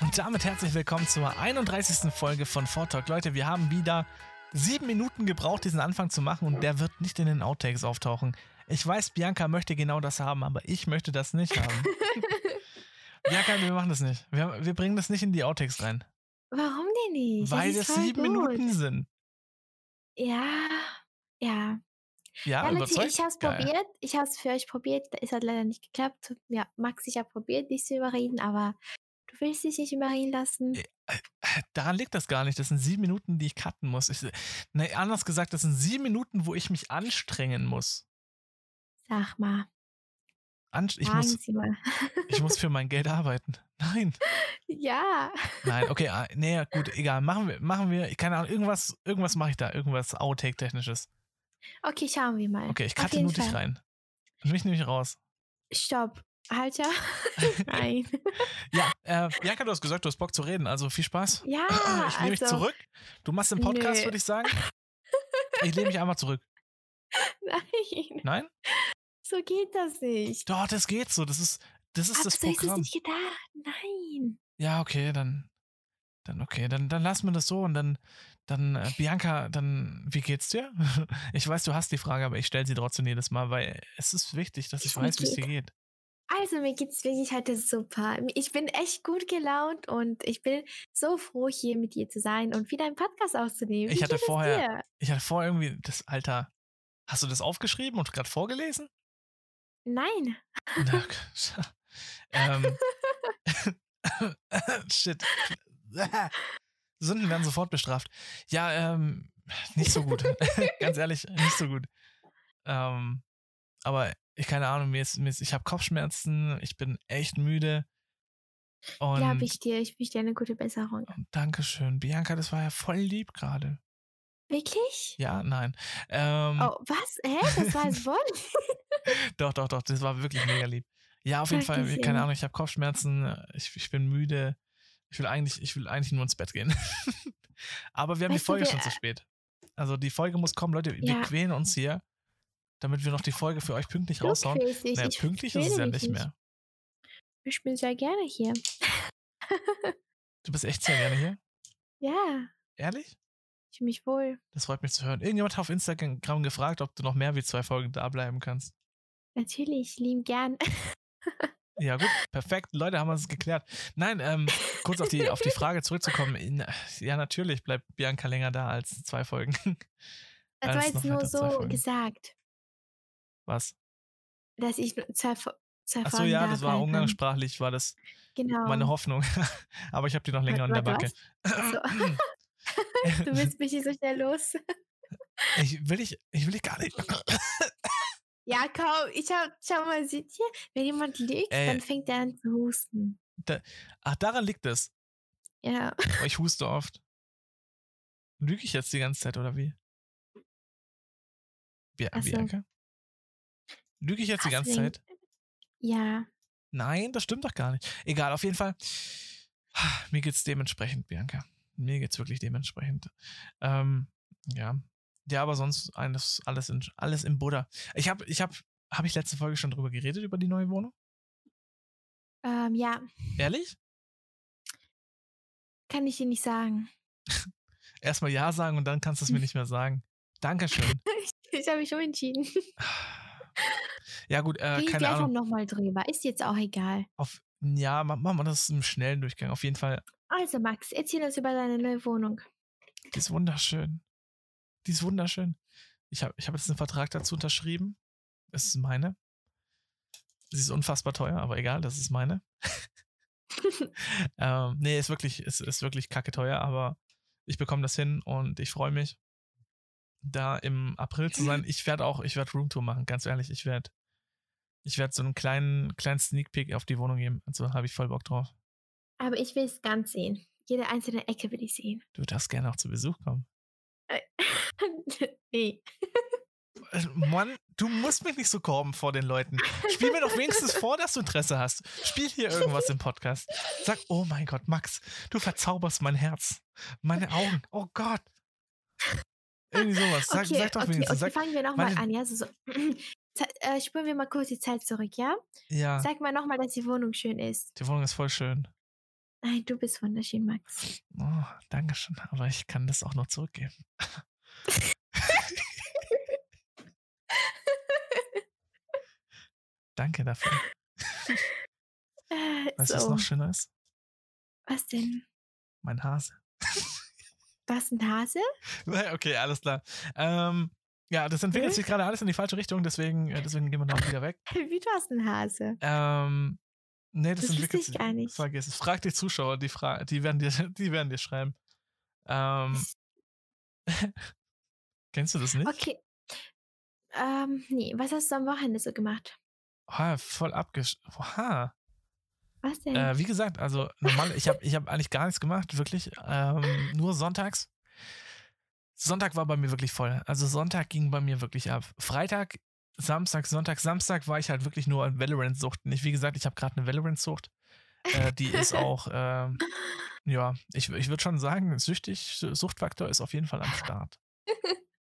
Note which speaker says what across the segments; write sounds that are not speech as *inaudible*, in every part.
Speaker 1: Und damit herzlich willkommen zur 31. Folge von Vortalk. Leute, wir haben wieder sieben Minuten gebraucht, diesen Anfang zu machen und der wird nicht in den Outtakes auftauchen. Ich weiß, Bianca möchte genau das haben, aber ich möchte das nicht
Speaker 2: *laughs*
Speaker 1: haben. Bianca, wir machen das nicht. Wir, wir bringen das nicht in die Outtakes rein,
Speaker 2: Warum denn nicht?
Speaker 1: weil
Speaker 2: das
Speaker 1: es
Speaker 2: ist voll
Speaker 1: sieben
Speaker 2: gut.
Speaker 1: Minuten sind.
Speaker 2: Ja, ja.
Speaker 1: Ja,
Speaker 2: ja Leute,
Speaker 1: überzeugt.
Speaker 2: ich hab's
Speaker 1: Geil.
Speaker 2: probiert. Ich hab's für euch probiert. Es hat leider nicht geklappt. Ja, Max, ich hab probiert, dich zu überreden, aber du willst dich nicht überreden lassen.
Speaker 1: Ja. Daran liegt das gar nicht. Das sind sieben Minuten, die ich cutten muss. Ich, ne, anders gesagt, das sind sieben Minuten, wo ich mich anstrengen muss.
Speaker 2: Sag mal.
Speaker 1: Anst ich,
Speaker 2: sagen
Speaker 1: muss
Speaker 2: Sie mal. *laughs*
Speaker 1: ich muss für mein Geld arbeiten. Nein.
Speaker 2: Ja.
Speaker 1: Nein, okay, ah, nee, gut, egal. Machen wir, machen wir, keine Ahnung, irgendwas, irgendwas mache ich da, irgendwas Outtake-Technisches.
Speaker 2: Okay, schauen wir mal.
Speaker 1: Okay, ich
Speaker 2: Auf
Speaker 1: cutte
Speaker 2: jeden
Speaker 1: nur dich
Speaker 2: Fall.
Speaker 1: rein. Und mich nehme ich raus.
Speaker 2: Stopp. Halt ja. *laughs*
Speaker 1: *laughs*
Speaker 2: Nein.
Speaker 1: Ja, äh, Bianca, du hast gesagt, du hast Bock zu reden, also viel Spaß.
Speaker 2: Ja,
Speaker 1: ich nehme mich
Speaker 2: also,
Speaker 1: zurück. Du machst den Podcast,
Speaker 2: Nö.
Speaker 1: würde ich sagen. Ich lehne mich einmal zurück.
Speaker 2: *laughs* Nein,
Speaker 1: Nein?
Speaker 2: so geht das nicht.
Speaker 1: Doch, das geht so. Das ist das, ist
Speaker 2: aber
Speaker 1: das
Speaker 2: so ist es
Speaker 1: Programm.
Speaker 2: nicht gedacht. Nein.
Speaker 1: Ja, okay, dann. Dann, okay, dann, dann lassen wir das so und dann, dann, äh, Bianca, dann, wie geht's dir? *laughs* Ich weiß, du hast die Frage, aber ich stelle sie trotzdem jedes Mal, weil es ist wichtig, dass ich
Speaker 2: Wie's mir
Speaker 1: weiß, wie es dir geht.
Speaker 2: Also mir geht's wirklich heute super. Ich bin echt gut gelaunt und ich bin so froh, hier mit dir zu sein und wieder einen Podcast aufzunehmen.
Speaker 1: Ich
Speaker 2: Wie
Speaker 1: hatte
Speaker 2: geht es
Speaker 1: vorher-
Speaker 2: dir?
Speaker 1: Ich hatte vor irgendwie das Alter. Hast du das aufgeschrieben und gerade vorgelesen?
Speaker 2: Nein.
Speaker 1: Na, ähm, *laughs* shit. Sünden werden sofort bestraft. Ja, ähm, nicht so gut. *laughs* Ganz ehrlich, nicht so gut. Ähm, aber ich keine Ahnung, mir ist, mir ist, ich habe Kopfschmerzen, ich bin echt müde. Und
Speaker 2: ja, ich dir. Ich wünsche dir eine gute Besserung.
Speaker 1: und Dankeschön. Bianca, das war ja voll lieb gerade.
Speaker 2: Wirklich?
Speaker 1: Ja, nein. Ähm,
Speaker 2: Oh, was? Hä? Das war das
Speaker 1: *laughs*
Speaker 2: Wort?
Speaker 1: Doch, doch, doch, das war wirklich mega lieb. Ja, auf jeden Fall,
Speaker 2: Dankeschön.
Speaker 1: keine Ahnung, ich habe Kopfschmerzen, ich, ich bin müde. Ich will eigentlich, ich will eigentlich nur ins Bett gehen. *laughs* Aber wir haben die
Speaker 2: Weißt du,
Speaker 1: Folge
Speaker 2: wir-
Speaker 1: schon zu spät. Also die Folge muss kommen, Leute, wir
Speaker 2: Ja.
Speaker 1: quälen uns hier, damit wir noch die Folge für euch pünktlich raushauen.
Speaker 2: Flugmäßig.
Speaker 1: Naja,
Speaker 2: Ich
Speaker 1: pünktlich ist es
Speaker 2: quäle
Speaker 1: ja
Speaker 2: mich
Speaker 1: nicht mehr.
Speaker 2: Ich bin sehr gerne hier.
Speaker 1: Du bist echt sehr gerne hier.
Speaker 2: Ja,
Speaker 1: Ehrlich?
Speaker 2: ich fühle mich wohl.
Speaker 1: Das freut mich zu hören. Irgendjemand hat auf Instagram gefragt, ob du noch mehr wie zwei Folgen da bleiben kannst.
Speaker 2: Natürlich, lieben gern. *laughs*
Speaker 1: Ja, gut, perfekt. Leute, haben wir es geklärt. Nein, ähm, kurz auf die, auf die Frage zurückzukommen. In, ja, natürlich bleibt Bianca länger da als zwei
Speaker 2: *laughs*
Speaker 1: Folgen. Alles
Speaker 2: Das war
Speaker 1: noch
Speaker 2: jetzt Also nur
Speaker 1: weiter, zwei
Speaker 2: so
Speaker 1: Folgen.
Speaker 2: gesagt,
Speaker 1: Was?
Speaker 2: dass ich nur zwei, Fo- zwei
Speaker 1: Achso,
Speaker 2: Folgen
Speaker 1: ja,
Speaker 2: da halt, ne?
Speaker 1: das war
Speaker 2: bleiben.
Speaker 1: umgangssprachlich, war das
Speaker 2: Genau.
Speaker 1: meine Hoffnung. *laughs* Aber ich habe die noch länger in der
Speaker 2: Warte,
Speaker 1: Backe.
Speaker 2: was? Du willst mich hier so schnell los.
Speaker 1: *clears throat* Ich will ich, ich will ich gar
Speaker 2: *laughs*
Speaker 1: nicht.
Speaker 2: Ja, komm, ich hab, schau mal, seht ihr, wenn jemand lügt,
Speaker 1: Äh.
Speaker 2: dann fängt er an zu husten.
Speaker 1: Ach, daran liegt es.
Speaker 2: Ja,
Speaker 1: Oh, Ich huste oft. Lüge ich jetzt die ganze Zeit, oder wie? Bi
Speaker 2: Ach so.
Speaker 1: Bianca? Lüge ich jetzt die
Speaker 2: Hast du
Speaker 1: ganze
Speaker 2: den-
Speaker 1: Zeit?
Speaker 2: ja.
Speaker 1: Nein, das stimmt doch gar nicht. Egal, auf jeden Fall. *sighs* Mir geht's dementsprechend, Bianca. Mir geht's wirklich dementsprechend. Ähm, ja. Ja, aber sonst alles, alles, in, alles im Buddha. Ich habe, ich habe, habe ich letzte Folge schon drüber geredet, über die neue Wohnung?
Speaker 2: Ähm, ja,
Speaker 1: Ehrlich?
Speaker 2: kann ich dir nicht sagen. *laughs*
Speaker 1: Erstmal Ja sagen und dann kannst du es mir nicht mehr sagen. Dankeschön.
Speaker 2: Ich habe mich umentschieden.
Speaker 1: Ja, gut, äh,
Speaker 2: Reden wir
Speaker 1: keine
Speaker 2: einfach
Speaker 1: Ahnung.
Speaker 2: nochmal drüber. Ist jetzt auch egal.
Speaker 1: Auf, ja, ma- machen wir das im schnellen Durchgang. Auf jeden Fall,
Speaker 2: Also, Max, erzähl uns über deine neue Wohnung.
Speaker 1: die ist wunderschön. Die ist wunderschön. Ich habe ich hab jetzt einen Vertrag dazu unterschrieben. Es ist meine. Sie ist unfassbar teuer, aber egal, das ist meine. ähm, nee, ist wirklich, ist, ist wirklich kacke teuer, aber ich bekomme das hin und ich freue mich, da im April zu sein. Ich werde auch, ich werde Roomtour machen, ganz ehrlich. Ich werde ich werd so einen kleinen, kleinen Sneak Peek auf die Wohnung geben. Also habe ich voll Bock drauf.
Speaker 2: Aber ich will es ganz sehen. Jede einzelne Ecke will ich sehen. *laughs*
Speaker 1: Du darfst gerne auch zu Besuch kommen.
Speaker 2: nee.
Speaker 1: Äh, Mann, du musst mich nicht so korben vor den Leuten. Spiel mir doch wenigstens vor, dass du Interesse hast. Spiel hier irgendwas im Podcast. Sag, oh mein Gott, Max, du verzauberst mein Herz. Meine Augen. Oh Gott. Irgendwie sowas. Sag,
Speaker 2: okay,
Speaker 1: sag doch
Speaker 2: okay, okay,
Speaker 1: wenigstens. Sag,
Speaker 2: fangen wir nochmal
Speaker 1: meine-
Speaker 2: an. Ja, Also so, *clears throat* so. Ze- äh, spulen wir mal kurz die Zeit zurück, ja?
Speaker 1: ja,
Speaker 2: Sag mal nochmal, dass die Wohnung schön ist.
Speaker 1: die Wohnung ist voll schön.
Speaker 2: Nein, du bist wunderschön, Max.
Speaker 1: Oh, Dankeschön. Aber ich kann das auch noch
Speaker 2: *laughs*
Speaker 1: zurückgeben. Danke dafür.
Speaker 2: Äh,
Speaker 1: Weißt du, was
Speaker 2: so,
Speaker 1: noch schöner ist?
Speaker 2: was denn?
Speaker 1: Mein Hase.
Speaker 2: Was ein Hase?
Speaker 1: *laughs*
Speaker 2: *laughs*
Speaker 1: Okay, alles klar. Ähm, ja, das entwickelt
Speaker 2: Mhm.
Speaker 1: sich gerade alles in die falsche Richtung, deswegen, äh, deswegen gehen wir noch wieder weg.
Speaker 2: Wie du hast ein Hase?
Speaker 1: Ähm, nee, das,
Speaker 2: Das wusste
Speaker 1: entwickelt
Speaker 2: ich gar nicht.
Speaker 1: Vergiss es. Frag die Zuschauer, die, Fra die, werden, dir, *laughs* die werden dir schreiben.
Speaker 2: *laughs*
Speaker 1: Ähm, *laughs* kennst du das nicht?
Speaker 2: Okay. Ähm, nee, was hast du am Wochenende so gemacht?
Speaker 1: Oha, voll abgesch... Oha.
Speaker 2: Was denn?
Speaker 1: Äh, wie gesagt, also normal, ich habe ich hab eigentlich gar nichts gemacht, wirklich. Ähm, nur sonntags. Sonntag war bei mir wirklich voll. Also Sonntag ging bei mir wirklich ab. Freitag, Samstag, Sonntag, Samstag war ich halt wirklich nur an Valorant-Sucht. Nicht wie gesagt, ich habe gerade eine Valorant-Sucht. Äh, die ist auch, ähm, ja, ich, ich würde schon sagen, süchtig, Suchtfaktor ist auf jeden Fall am Start.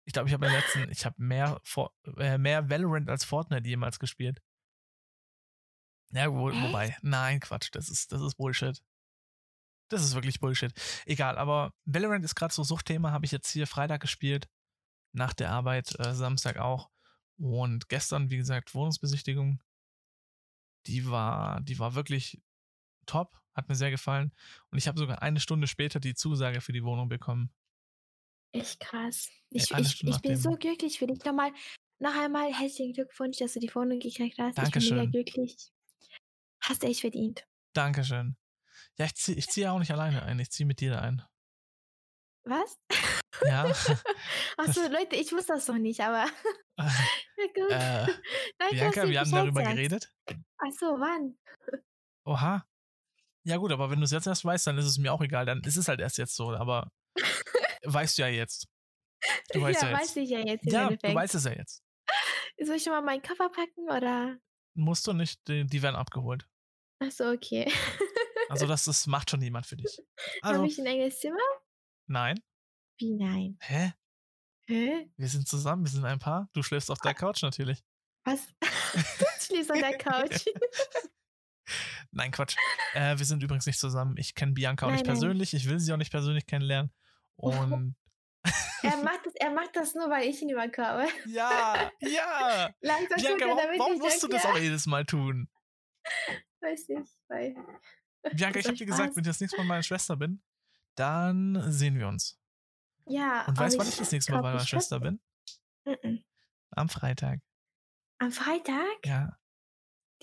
Speaker 1: Ich glaube, ich habe in den letzten, ich habe mehr, For- äh, mehr Valorant als Fortnite jemals gespielt. Ja, wo,
Speaker 2: Echt?
Speaker 1: wobei, nein, Quatsch, das ist, das ist Bullshit. Das ist wirklich Bullshit. Egal, aber Valorant ist gerade so Suchtthema, habe ich jetzt hier Freitag gespielt, nach der Arbeit, äh, Samstag auch. Und gestern, wie gesagt, Wohnungsbesichtigung. Die war, die war wirklich top, hat mir sehr gefallen. Und ich habe sogar eine Stunde später die Zusage für die Wohnung bekommen.
Speaker 2: Echt krass. Ich,
Speaker 1: alles
Speaker 2: ich,
Speaker 1: schon
Speaker 2: ich
Speaker 1: nach
Speaker 2: bin
Speaker 1: dem-
Speaker 2: so glücklich für dich. Nochmal, noch einmal herzlichen Glückwunsch, dass du die Wohnung gekriegt hast. Ich
Speaker 1: Dankeschön.
Speaker 2: bin mega glücklich. Hast du echt verdient.
Speaker 1: Dankeschön. Ja, ich ziehe ich zieh ja auch nicht alleine ein, ich ziehe mit dir ein.
Speaker 2: Was? *laughs*
Speaker 1: Ja. *laughs*
Speaker 2: Achso, Leute, ich wusste das noch nicht, aber. *laughs* Na gut.
Speaker 1: äh,
Speaker 2: Danke, dass
Speaker 1: Bianca,
Speaker 2: du
Speaker 1: wir haben
Speaker 2: Bescheid
Speaker 1: darüber
Speaker 2: sagst.
Speaker 1: geredet.
Speaker 2: Achso, wann?
Speaker 1: Oha. Ja, gut, aber wenn du es jetzt erst weißt, dann ist es mir auch egal. Dann ist es halt erst jetzt so,
Speaker 2: *laughs*
Speaker 1: aber weißt du ja jetzt. Du weißt ja,
Speaker 2: ja,
Speaker 1: jetzt.
Speaker 2: weiß ich ja jetzt im
Speaker 1: Ja, du
Speaker 2: Endeffekt.
Speaker 1: weißt es ja jetzt.
Speaker 2: Soll ich schon mal meinen Koffer packen oder?
Speaker 1: Musst du nicht, die, die werden abgeholt.
Speaker 2: Achso, okay. *laughs*
Speaker 1: Also, das, das macht schon jemand für dich. Also,
Speaker 2: Habe ich ein enges Zimmer?
Speaker 1: nein.
Speaker 2: Wie nein?
Speaker 1: Hä?
Speaker 2: Hä?
Speaker 1: Wir sind zusammen, wir sind ein Paar. Du schläfst auf der
Speaker 2: Ah.
Speaker 1: Couch natürlich.
Speaker 2: Was? *laughs* ich schließe an der Couch.
Speaker 1: Nein, Quatsch. Äh, wir sind übrigens nicht zusammen. Ich kenne Bianca auch
Speaker 2: Nein,
Speaker 1: nicht
Speaker 2: nein.
Speaker 1: persönlich. Ich will sie auch nicht persönlich
Speaker 2: *laughs*
Speaker 1: kennenlernen. Und *laughs*
Speaker 2: er, macht das, er macht das nur, weil ich ihn überkomme.
Speaker 1: ja, ja.
Speaker 2: *laughs* Langsam
Speaker 1: Bianca,
Speaker 2: gucken,
Speaker 1: warum,
Speaker 2: damit
Speaker 1: warum
Speaker 2: ich
Speaker 1: musst du das auch jedes Mal tun?
Speaker 2: Weiß nicht, weil.
Speaker 1: Bianca,
Speaker 2: Das
Speaker 1: ich
Speaker 2: war
Speaker 1: habe dir gesagt,
Speaker 2: Spaß.
Speaker 1: wenn ich das nächste Mal meine Schwester bin, dann sehen wir uns.
Speaker 2: Ja.
Speaker 1: Und weißt du,
Speaker 2: aber
Speaker 1: wann ich das nächste Mal
Speaker 2: glaub,
Speaker 1: bei meiner
Speaker 2: ich
Speaker 1: Schwester bin?
Speaker 2: hab- Mhm.
Speaker 1: Am Freitag.
Speaker 2: Am Freitag?
Speaker 1: Ja.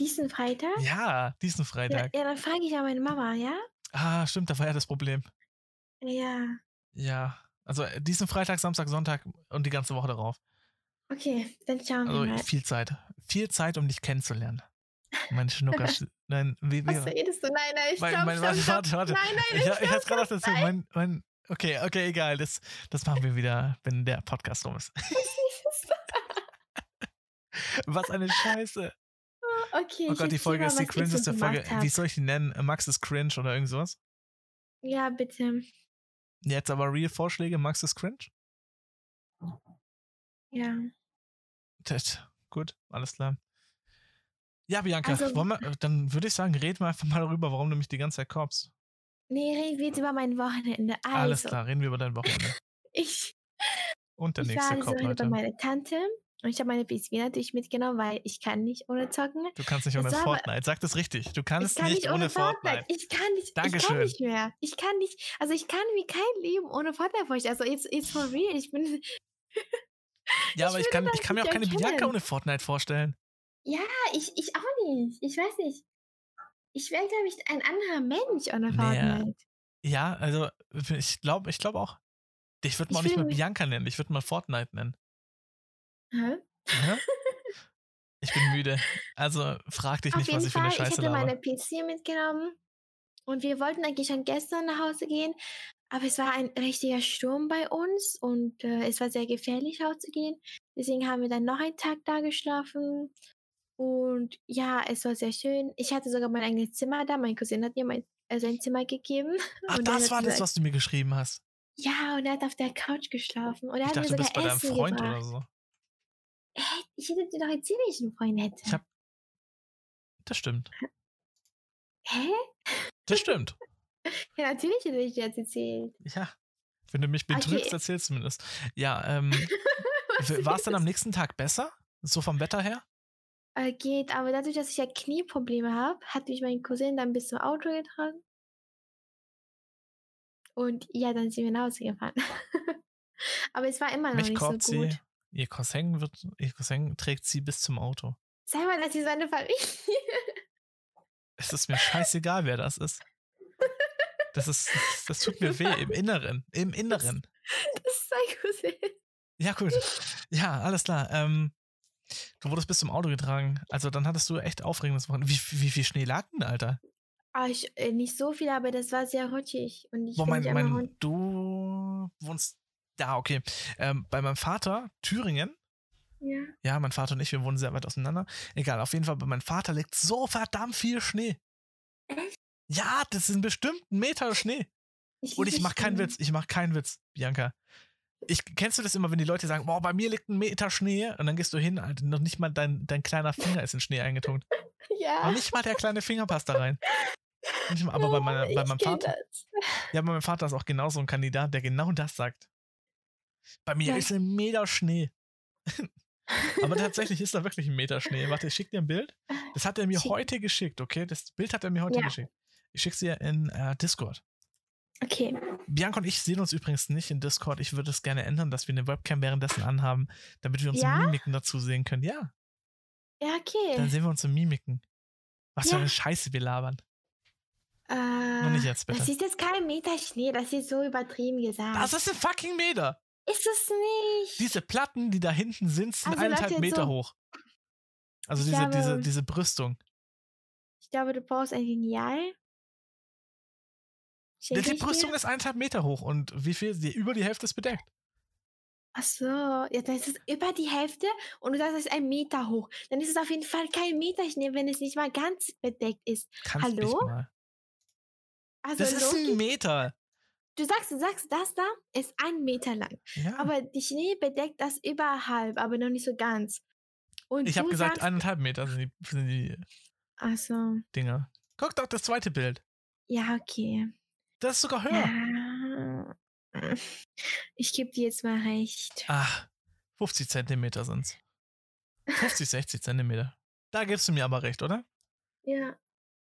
Speaker 2: Diesen Freitag?
Speaker 1: Ja, diesen
Speaker 2: Ja,
Speaker 1: Freitag.
Speaker 2: ja dann frage ich ja meine Mama, ja?
Speaker 1: Ah, stimmt, da war ja das Problem.
Speaker 2: Ja.
Speaker 1: Ja. Also äh, diesen Freitag, Samstag, Sonntag und die ganze Woche darauf.
Speaker 2: Okay, dann schauen wir
Speaker 1: Also
Speaker 2: mal.
Speaker 1: ich- viel Zeit. Viel Zeit, um dich kennenzulernen. Mein Schnucker. nein, wie,
Speaker 2: *laughs* Was
Speaker 1: wie,
Speaker 2: redest du? Nein, nein, ich
Speaker 1: Mein-
Speaker 2: glaube
Speaker 1: mein-
Speaker 2: stopp,
Speaker 1: warte,
Speaker 2: stopp.
Speaker 1: warte, warte.
Speaker 2: Nein, nein,
Speaker 1: ich, ich hab's gerade auf dazu.
Speaker 2: nein.
Speaker 1: Mein, mein, okay, okay, egal. Das, das machen wir wieder, wenn der Podcast rum ist. *laughs* Was eine Scheiße.
Speaker 2: Okay.
Speaker 1: Oh
Speaker 2: ich
Speaker 1: Gott, die
Speaker 2: erzähl
Speaker 1: Folge
Speaker 2: mal,
Speaker 1: ist die
Speaker 2: was ich so
Speaker 1: cringeste Folge.
Speaker 2: gemacht hab.
Speaker 1: Wie soll ich die nennen? Max ist cringe oder irgend sowas?
Speaker 2: Ja, bitte.
Speaker 1: Jetzt aber real Vorschläge. Max ist cringe?
Speaker 2: Ja.
Speaker 1: Tsch, Gut, alles klar. Ja, Bianca,
Speaker 2: Also-
Speaker 1: wollen wir, äh, dann würde ich sagen, red mal einfach mal darüber, warum du mich die ganze Zeit korbst.
Speaker 2: Nee, reden wir jetzt über mein Wochenende. Also,
Speaker 1: Alles klar, reden wir über dein Wochenende.
Speaker 2: ich,
Speaker 1: Und der
Speaker 2: ich war
Speaker 1: nächste
Speaker 2: also
Speaker 1: Korb,
Speaker 2: bei
Speaker 1: Leute.
Speaker 2: meiner Tante und ich habe meine PSV natürlich mitgenommen, weil ich kann nicht ohne zocken.
Speaker 1: Du kannst nicht ohne
Speaker 2: Das war aber-
Speaker 1: Fortnite. Sag das richtig. Du
Speaker 2: Ich
Speaker 1: kannst
Speaker 2: kann
Speaker 1: nicht ohne Fortnite.
Speaker 2: Ich kann nicht. Ich
Speaker 1: Dankeschön.
Speaker 2: kann nicht mehr. Ich kann nicht. Also ich kann mir kein Leben ohne Fortnite vorstellen. Also jetzt jetzt for real. Ich bin *laughs*
Speaker 1: Ja, aber
Speaker 2: Ich
Speaker 1: ich
Speaker 2: würde
Speaker 1: kann,
Speaker 2: das
Speaker 1: ich kann mir auch
Speaker 2: nicht
Speaker 1: keine Bianca
Speaker 2: erkennen.
Speaker 1: ohne Fortnite vorstellen.
Speaker 2: Ah, ich ich auch nicht. Ich weiß nicht. Ich wäre glaube ich ein anderer Mensch ohne
Speaker 1: Nee,
Speaker 2: Fortnite.
Speaker 1: Ja, also ich glaube ich glaub auch. Ich würde
Speaker 2: Ich
Speaker 1: mal auch nicht
Speaker 2: fühle
Speaker 1: mal
Speaker 2: mich-
Speaker 1: Bianca nennen, ich würde mal Fortnite nennen.
Speaker 2: Hä?
Speaker 1: Ja?
Speaker 2: *laughs*
Speaker 1: ich bin müde. Also frag dich
Speaker 2: Auf
Speaker 1: nicht,
Speaker 2: jeden
Speaker 1: was ich für
Speaker 2: Fall.
Speaker 1: eine
Speaker 2: Ich
Speaker 1: Scheiße
Speaker 2: hätte meine
Speaker 1: laber.
Speaker 2: PC mitgenommen und wir wollten eigentlich schon gestern nach Hause gehen, aber es war ein richtiger Sturm bei uns und äh, es war sehr gefährlich rauszugehen. Deswegen haben wir dann noch einen Tag da geschlafen. Und ja, es war sehr schön. Ich hatte sogar mein eigenes Zimmer da. Mein Cousin hat mir mein, äh, sein Zimmer gegeben. *laughs*
Speaker 1: Ach,
Speaker 2: und dann
Speaker 1: das
Speaker 2: hat
Speaker 1: war das,
Speaker 2: gesagt-
Speaker 1: was du mir geschrieben hast.
Speaker 2: Ja, und er hat auf der Couch geschlafen. Und er
Speaker 1: Ich
Speaker 2: hat
Speaker 1: dachte, du
Speaker 2: mir
Speaker 1: bist bei
Speaker 2: sogar
Speaker 1: deinem
Speaker 2: Essen
Speaker 1: Freund
Speaker 2: gebracht.
Speaker 1: oder so.
Speaker 2: Ich hätte dir doch erzählt, dass ich einen Freund hätte.
Speaker 1: Ich hab- Das stimmt.
Speaker 2: Hä? *laughs*
Speaker 1: Das stimmt.
Speaker 2: Ja, natürlich hätte ich dir jetzt erzählt.
Speaker 1: Ja. Wenn du
Speaker 2: Ah,
Speaker 1: mich betrügst,
Speaker 2: Okay.
Speaker 1: erzählst du mir das. Ja, ähm,
Speaker 2: *laughs*
Speaker 1: w- war es dann am nächsten Tag besser? So vom Wetter her?
Speaker 2: Äh, geht, aber dadurch, dass ich ja Knieprobleme habe, hat mich mein Cousin dann bis zum Auto getragen. Und ja, dann sind wir nach Hause gefahren. *laughs* aber es war immer noch
Speaker 1: mich
Speaker 2: Ah, nicht
Speaker 1: korbt
Speaker 2: so gut.
Speaker 1: sie. Ihr Cousin, wird, ihr Cousin trägt sie bis zum Auto.
Speaker 2: Sei mal, dass sie seine Familie. *laughs*
Speaker 1: Es ist mir scheißegal, wer das ist. Das ist, das, das tut mir weh im Inneren.
Speaker 2: *laughs*
Speaker 1: Im Inneren.
Speaker 2: Das ist sein Cousin.
Speaker 1: Ja, gut. Ja, alles klar. Ähm, du wurdest bis zum Auto getragen. Also dann hattest du echt aufregendes Wochenende. Wie, wie viel Schnee lag denn, Alter?
Speaker 2: Ah, ich, äh, nicht so viel, aber das war sehr rutschig. Und ich
Speaker 1: Boah,
Speaker 2: bin
Speaker 1: mein,
Speaker 2: nicht einmal rund-
Speaker 1: mein, du wohnst. Da, okay. Ähm, bei meinem Vater, Thüringen,
Speaker 2: Ja.
Speaker 1: ja, mein Vater und ich, wir wohnen sehr weit auseinander. Egal, auf jeden Fall, bei meinem Vater liegt so verdammt viel Schnee.
Speaker 2: Echt?
Speaker 1: Ja, das sind bestimmt ein Meter Schnee. Und ich
Speaker 2: liebe
Speaker 1: mach keinen
Speaker 2: Schnee.
Speaker 1: Witz, ich mach keinen Witz, Bianca. Ich, kennst du das immer, wenn die Leute sagen, boah, bei mir liegt ein Meter Schnee und dann gehst du hin, Alter, noch nicht mal dein, dein kleiner Finger ist in Schnee eingetunkt.
Speaker 2: *laughs* Ja.
Speaker 1: Noch nicht mal der kleine Finger passt da rein. Nicht mal, aber bei,
Speaker 2: Oh, *laughs*
Speaker 1: meiner, bei
Speaker 2: ich
Speaker 1: meinem
Speaker 2: kenn
Speaker 1: Vater.
Speaker 2: Das.
Speaker 1: Ja, aber mein Vater ist auch genau so ein Kandidat, der genau das sagt. Bei mir
Speaker 2: Ja.
Speaker 1: ist ein Meter Schnee. *laughs* Aber tatsächlich ist da wirklich ein Meter Schnee. Warte, ich schick dir ein Bild. Das hat er mir
Speaker 2: Schick.
Speaker 1: heute geschickt, okay? Das Bild hat er mir heute
Speaker 2: Ja.
Speaker 1: geschickt. Ich schick's dir in äh, Discord.
Speaker 2: Okay.
Speaker 1: Bianca und ich sehen uns übrigens nicht in Discord. Ich würde es gerne ändern, dass wir eine Webcam währenddessen anhaben, damit wir uns
Speaker 2: Ja?
Speaker 1: im Mimiken dazu sehen können. Ja,
Speaker 2: Ja,
Speaker 1: dann
Speaker 2: okay.
Speaker 1: sehen wir uns im Mimiken. Was für
Speaker 2: Ja.
Speaker 1: eine Scheiße wir labern.
Speaker 2: Äh,
Speaker 1: Nur nicht jetzt,
Speaker 2: das
Speaker 1: bitte.
Speaker 2: ist jetzt kein Meter Schnee, das ist so übertrieben gesagt.
Speaker 1: Das ist ein fucking Meter.
Speaker 2: Ist es nicht?
Speaker 1: diese Platten, die da hinten sind, sind
Speaker 2: Also Leute,
Speaker 1: eineinhalb
Speaker 2: jetzt
Speaker 1: Meter
Speaker 2: so-
Speaker 1: hoch. Also
Speaker 2: Ich
Speaker 1: diese,
Speaker 2: glaube-
Speaker 1: diese, diese Brüstung.
Speaker 2: ich glaube, du brauchst ein Lineal. Schenke
Speaker 1: die
Speaker 2: ich dir?
Speaker 1: Brüstung ist eineinhalb Meter hoch und wie viel? Die, über die Hälfte ist bedeckt.
Speaker 2: Ach so, ja, dann ist es über die Hälfte und du sagst, es ist ein Meter hoch. Dann ist es auf jeden Fall kein Meter Schnee, wenn es nicht mal ganz bedeckt ist.
Speaker 1: Kannst
Speaker 2: Hallo?
Speaker 1: nicht mal.
Speaker 2: Also
Speaker 1: Das ist ein
Speaker 2: Loki,
Speaker 1: Meter.
Speaker 2: du sagst, du sagst, das da ist ein Meter lang.
Speaker 1: Ja.
Speaker 2: Aber die Schnee bedeckt das überhalb, aber noch nicht so ganz. Und
Speaker 1: ich habe
Speaker 2: du
Speaker 1: gesagt,
Speaker 2: sagst,
Speaker 1: eineinhalb Meter sind die, sind die
Speaker 2: ach so,
Speaker 1: Dinger. Guck doch das zweite Bild.
Speaker 2: ja, okay.
Speaker 1: Das ist sogar höher. Ah.
Speaker 2: Ja. Ich gebe dir jetzt mal recht.
Speaker 1: Ach, 50 Ah, Zentimeter sind's. 50, 60 Zentimeter. Da gibst du mir aber recht, oder?
Speaker 2: Ja.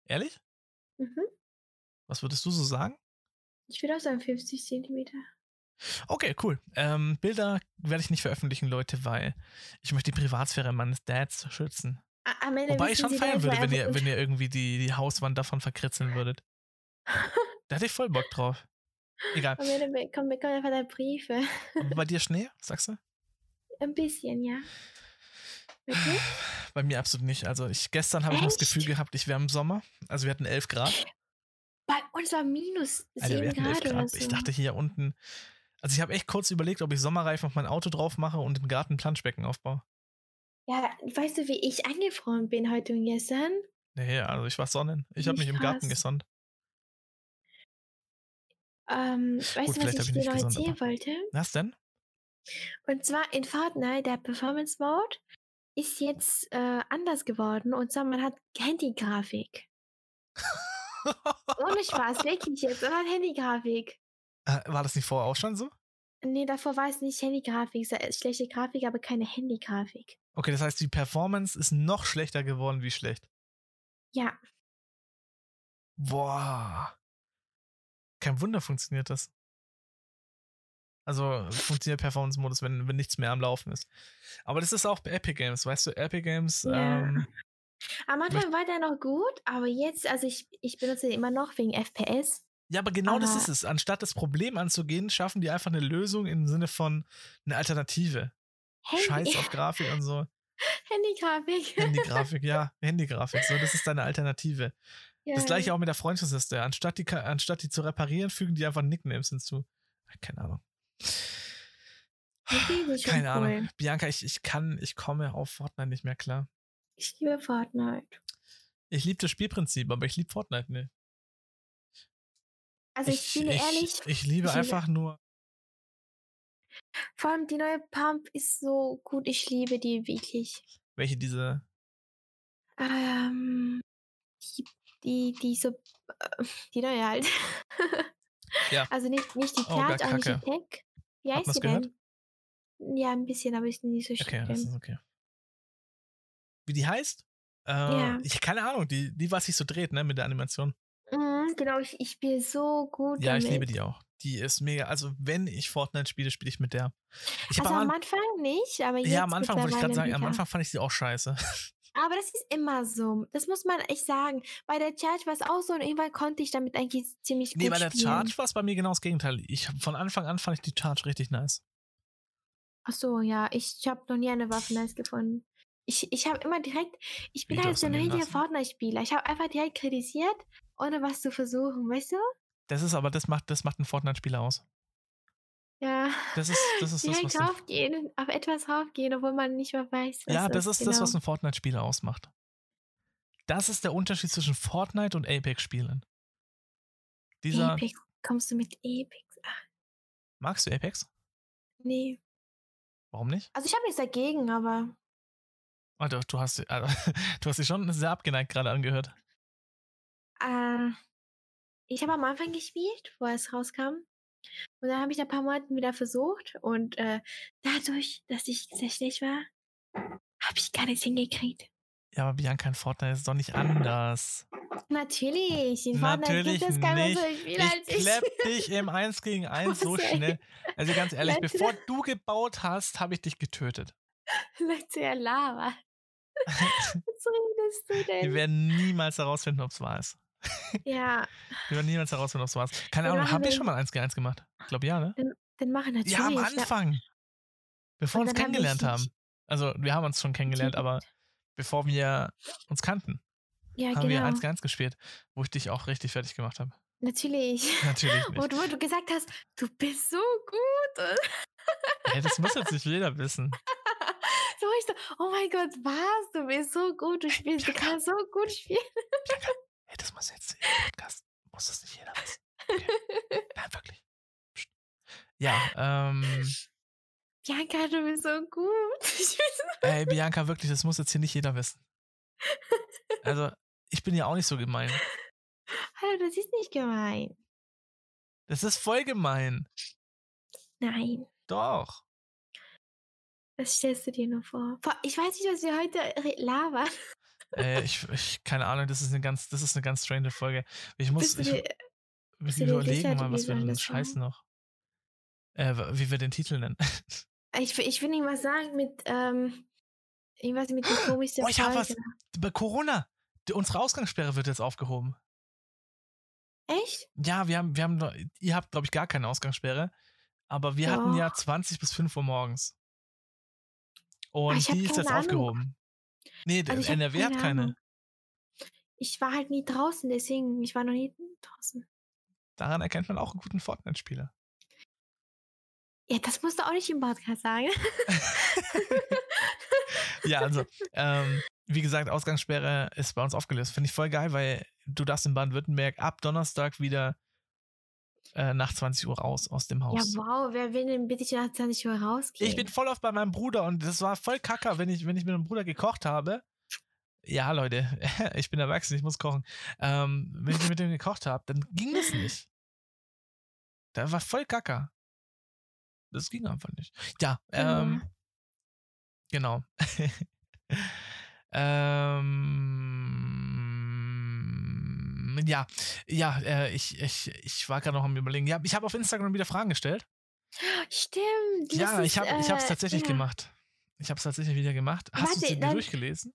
Speaker 1: Ehrlich?
Speaker 2: Mhm.
Speaker 1: Was würdest du so sagen?
Speaker 2: Ich würde auch sagen 50 Zentimeter.
Speaker 1: Okay, cool. Ähm, Bilder werde ich nicht veröffentlichen, Leute, weil ich möchte die Privatsphäre meines Dads schützen.
Speaker 2: A- Am Ende
Speaker 1: Wobei ich
Speaker 2: wissen
Speaker 1: schon
Speaker 2: sie dann
Speaker 1: feiern würde,
Speaker 2: nicht
Speaker 1: wenn
Speaker 2: mehr,
Speaker 1: ihr, wenn ihr irgendwie die, die Hauswand davon verkritzeln würdet. Da hätte ich voll Bock drauf. Egal.
Speaker 2: Am Ende bekommen bekommen wir einfach da Briefe. *laughs*
Speaker 1: Bei dir Schnee, sagst du?
Speaker 2: Ein bisschen, ja. Okay.
Speaker 1: Bei mir absolut nicht. Also ich gestern habe ich noch das
Speaker 2: Echt?
Speaker 1: Gefühl gehabt, ich wäre im Sommer. Also wir hatten 11 Grad.
Speaker 2: Bei uns war minus
Speaker 1: Alter, wir
Speaker 2: 7
Speaker 1: hatten 11
Speaker 2: Grad oder
Speaker 1: Grad.
Speaker 2: so.
Speaker 1: Ich dachte hier unten. Also ich habe echt kurz überlegt, ob ich Sommerreifen auf mein Auto drauf mache und im Garten ein Planschbecken aufbaue.
Speaker 2: ja, weißt du, wie ich angefroren bin heute und gestern?
Speaker 1: Nee, also ich war sonnen. Ich habe
Speaker 2: Nicht
Speaker 1: mich im Garten
Speaker 2: krass.
Speaker 1: gesonnt.
Speaker 2: Ähm, weißt
Speaker 1: Gut,
Speaker 2: du, was
Speaker 1: vielleicht
Speaker 2: ich,
Speaker 1: hab ich
Speaker 2: dir
Speaker 1: nicht
Speaker 2: noch
Speaker 1: gesund,
Speaker 2: erzählen
Speaker 1: aber-
Speaker 2: wollte?
Speaker 1: Was denn?
Speaker 2: Und zwar in Fortnite, der Performance Mode, ist jetzt äh, anders geworden. Und zwar, man hat
Speaker 1: *laughs*
Speaker 2: Handygrafik. Ohne Spaß, wirklich jetzt. Man hat Handygrafik.
Speaker 1: Äh, War das nicht vorher auch schon so?
Speaker 2: Nee, davor war es nicht Handygrafik. es war Schlechte Grafik, aber keine Handygrafik.
Speaker 1: Okay, das heißt, die Performance ist noch schlechter geworden wie schlecht.
Speaker 2: Ja,
Speaker 1: Boah. Kein Wunder funktioniert das. Also funktioniert Performance-Modus, wenn, wenn nichts mehr am Laufen ist. Aber das ist auch bei Epic Games, weißt du? Epic Games,
Speaker 2: Ja.
Speaker 1: ähm,
Speaker 2: am Anfang war der noch gut, aber jetzt, also ich, ich benutze den immer noch wegen FPS.
Speaker 1: ja, aber genau das
Speaker 2: Aber-
Speaker 1: ist es. Anstatt das Problem anzugehen, schaffen die einfach eine Lösung im Sinne von eine Alternative.
Speaker 2: Handy, *laughs*
Speaker 1: Scheiß auf Grafik und so.
Speaker 2: Handygrafik.
Speaker 1: Handygrafik, ja, Handygrafik. So, das ist deine Alternative. Das
Speaker 2: Ja.
Speaker 1: gleiche auch mit der Freundschaftsliste. Anstatt die, ka- anstatt die zu reparieren, fügen die einfach Nicknames hinzu. Ah, Keine Ahnung.
Speaker 2: Okay, das ist schon
Speaker 1: Keine Ahnung.
Speaker 2: cool.
Speaker 1: Bianca, ich, ich kann, ich komme auf Fortnite nicht mehr klar.
Speaker 2: Ich liebe Fortnite.
Speaker 1: Ich liebe das Spielprinzip, aber ich liebe Fortnite nicht.
Speaker 2: Also ich, bin ehrlich,
Speaker 1: ich, ich liebe
Speaker 2: ich liebe-
Speaker 1: einfach nur.
Speaker 2: vor allem die neue Pump ist so gut. Ich liebe die wirklich.
Speaker 1: Welche diese.
Speaker 2: Ähm, die, die, die so, *laughs* die neue halt.
Speaker 1: Ja.
Speaker 2: *laughs* Also nicht, nicht die
Speaker 1: Oh, gar
Speaker 2: Platt, auch nicht die
Speaker 1: Kacke.
Speaker 2: Tech. Wie
Speaker 1: Hat
Speaker 2: heißt
Speaker 1: man's
Speaker 2: die denn? Ja, ein bisschen, aber ist nicht so
Speaker 1: Okay,
Speaker 2: schlimm.
Speaker 1: das ist okay. Wie die heißt? Äh,
Speaker 2: Ja.
Speaker 1: Ich keine Ahnung, die, die, was sich so dreht, ne, mit der Animation.
Speaker 2: Mhm, genau, ich, ich bin so gut
Speaker 1: Ja,
Speaker 2: damit.
Speaker 1: ich liebe die auch. Die ist mega. Also, wenn ich Fortnite spiele, spiele ich mit der. Ich hab
Speaker 2: also
Speaker 1: am
Speaker 2: am
Speaker 1: An-
Speaker 2: Anfang nicht, aber jetzt
Speaker 1: ja, am Anfang wollte ich gerade sagen,
Speaker 2: mittlerweile
Speaker 1: am
Speaker 2: wieder.
Speaker 1: Anfang fand ich sie auch
Speaker 2: *laughs*
Speaker 1: scheiße.
Speaker 2: Aber das ist immer so. Das muss man echt sagen. Bei der Charge war es auch so und irgendwann konnte ich damit eigentlich ziemlich
Speaker 1: nee,
Speaker 2: gut
Speaker 1: bei der
Speaker 2: spielen.
Speaker 1: Charge war es bei mir genau das Gegenteil. Ich, von Anfang an fand ich die Charge richtig nice.
Speaker 2: Ach so, ja, ich, ich habe noch nie eine Waffe nice gefunden. Ich, ich habe immer direkt, ich bin
Speaker 1: Wie, du
Speaker 2: halt
Speaker 1: hast
Speaker 2: so ein
Speaker 1: daneben
Speaker 2: richtiger
Speaker 1: lassen?
Speaker 2: Fortnite-Spieler. Ich habe einfach direkt kritisiert, ohne was zu versuchen, weißt du?
Speaker 1: Das ist aber, das macht, das macht einen Fortnite-Spieler aus.
Speaker 2: Ja.
Speaker 1: Das ist
Speaker 2: *laughs*
Speaker 1: das, ist das was.
Speaker 2: direkt
Speaker 1: Den,
Speaker 2: raufgehen, auf etwas raufgehen, obwohl man nicht mal weiß, was
Speaker 1: ja, das ist das,
Speaker 2: genau.
Speaker 1: was einen Fortnite-Spieler ausmacht. Das ist der Unterschied zwischen Fortnite und Apex-Spielen. Dieser.
Speaker 2: Apex. Kommst du mit Apex? Ach,
Speaker 1: Magst du Apex?
Speaker 2: nee.
Speaker 1: Warum nicht?
Speaker 2: Also ich habe nichts dagegen, aber
Speaker 1: Ah, doch, du hast, ah, *laughs* du hast dich schon sehr abgeneigt gerade angehört.
Speaker 2: Äh, ich habe am Anfang gespielt, wo es rauskam. Und dann habe ich da ein paar Monate wieder versucht. Und äh, dadurch, dass ich sehr schlecht war, habe ich gar nichts hingekriegt.
Speaker 1: Ja, aber Bianca in Fortnite ist doch nicht anders.
Speaker 2: Natürlich, in Fortnite
Speaker 1: Natürlich
Speaker 2: gibt es keine
Speaker 1: nicht.
Speaker 2: so viel als
Speaker 1: Ich
Speaker 2: ich. *laughs*
Speaker 1: klepp dich im 1 gegen 1 so
Speaker 2: Was, ey?
Speaker 1: schnell. Also ganz ehrlich,
Speaker 2: Leute.
Speaker 1: bevor du gebaut hast, habe ich dich getötet.
Speaker 2: Leute, ja, Lava.
Speaker 1: *laughs*
Speaker 2: Was redest du
Speaker 1: Wir
Speaker 2: denn?
Speaker 1: werden niemals herausfinden, ob es wahr ist.
Speaker 2: Ja,
Speaker 1: Wir werden niemals herausfinden, ob es wahr ist. Keine
Speaker 2: Wir
Speaker 1: Ahnung,
Speaker 2: machen
Speaker 1: habt ihr
Speaker 2: den-
Speaker 1: schon mal 1 gegen 1 gemacht? Ich glaube ja, ne?
Speaker 2: dann mache natürlich.
Speaker 1: Ja, am
Speaker 2: ne?
Speaker 1: Anfang. Bevor wir
Speaker 2: Und
Speaker 1: uns
Speaker 2: dann haben wir
Speaker 1: kennengelernt
Speaker 2: dich
Speaker 1: haben. Also, wir haben uns schon kennengelernt, aber bevor wir uns kannten,
Speaker 2: Ja,
Speaker 1: haben wir
Speaker 2: genau.
Speaker 1: 1 gegen 1 gespielt, wo ich dich auch richtig fertig gemacht habe. *laughs*
Speaker 2: Natürlich.
Speaker 1: Natürlich nicht.
Speaker 2: Und wo du gesagt hast, du bist so gut.
Speaker 1: Hey, das muss jetzt nicht jeder wissen.
Speaker 2: So ich so, oh mein Gott, was? Du bist so gut, du spielst, du kannst so gut spielen.
Speaker 1: Hey, das muss jetzt im Podcast. Muss das nicht jeder wissen. Okay. *laughs* Nein, wirklich. Psst. Ja, ähm,
Speaker 2: *laughs*
Speaker 1: *laughs*
Speaker 2: Bianca, du bist so gut. *laughs* Ich bin so-
Speaker 1: ey, Bianca, wirklich, das muss jetzt hier nicht jeder wissen. Also, ich bin ja auch nicht so gemein.
Speaker 2: Hallo, das ist nicht gemein.
Speaker 1: Das ist voll gemein.
Speaker 2: Nein,
Speaker 1: Doch.
Speaker 2: das stellst du dir nur vor. Boah, ich weiß nicht, was wir heute re- labern.
Speaker 1: Äh, ich, ich, keine Ahnung, das ist eine ganz, das ist eine ganz strange Folge. Ich muss,
Speaker 2: Bist du
Speaker 1: ich,
Speaker 2: dir,
Speaker 1: ich
Speaker 2: du dir sicher,
Speaker 1: überlegen mal,
Speaker 2: wie
Speaker 1: was wir
Speaker 2: soll
Speaker 1: denn
Speaker 2: das
Speaker 1: scheißen noch. Äh, wie wir den Titel nennen.
Speaker 2: ich, will- ich will irgendwas sagen mit, ähm, irgendwas mit *gasps* dem komischsten
Speaker 1: Oh, ich hab was.
Speaker 2: Folge.
Speaker 1: Bei Corona. Die- Unsere Ausgangssperre wird jetzt aufgehoben.
Speaker 2: Echt?
Speaker 1: Ja, wir haben, wir haben, noch- ihr habt, glaube ich, gar keine Ausgangssperre. Aber wir hatten ja 20 bis 5 Uhr morgens. Und
Speaker 2: Ah, ich hab
Speaker 1: die ist jetzt
Speaker 2: keine Ahnung.
Speaker 1: aufgehoben. Nee,
Speaker 2: Also ich hab
Speaker 1: NRW hat
Speaker 2: keine
Speaker 1: keine.
Speaker 2: Ahnung. Ich war halt nie draußen, deswegen, ich war noch nie draußen.
Speaker 1: Daran erkennt man auch einen guten Fortnite-Spieler.
Speaker 2: Ja, das musst du auch nicht im Podcast sagen.
Speaker 1: Ja, also,
Speaker 2: *laughs*
Speaker 1: ähm, wie gesagt, Ausgangssperre ist bei uns aufgelöst. Finde ich voll geil, weil du darfst in Baden-Württemberg ab Donnerstag wieder äh, nach 20 Uhr raus aus dem
Speaker 2: Ja,
Speaker 1: Haus.
Speaker 2: wow, wer will denn bitte nach 20 Uhr rausgehen?
Speaker 1: Ich bin voll oft bei meinem Bruder und das war voll kacker, wenn ich, wenn ich mit meinem Bruder gekocht habe. Ja, Leute, *laughs* ich bin erwachsen, ich muss kochen. Ähm, wenn ich mit dem gekocht habe, dann ging das nicht. Da war voll kacker. Das ging einfach nicht. Ja, ähm, genau. *laughs* ähm, ja, ja, äh, ich, ich, ich war gerade noch am überlegen. Ja, ich habe auf Instagram wieder Fragen gestellt.
Speaker 2: Stimmt.
Speaker 1: Ja,
Speaker 2: letztens,
Speaker 1: ich habe ich hab's
Speaker 2: äh,
Speaker 1: tatsächlich
Speaker 2: ja.
Speaker 1: gemacht. Ich habe es tatsächlich wieder gemacht. Hast du
Speaker 2: Warte,
Speaker 1: sie dir
Speaker 2: dann-
Speaker 1: durchgelesen?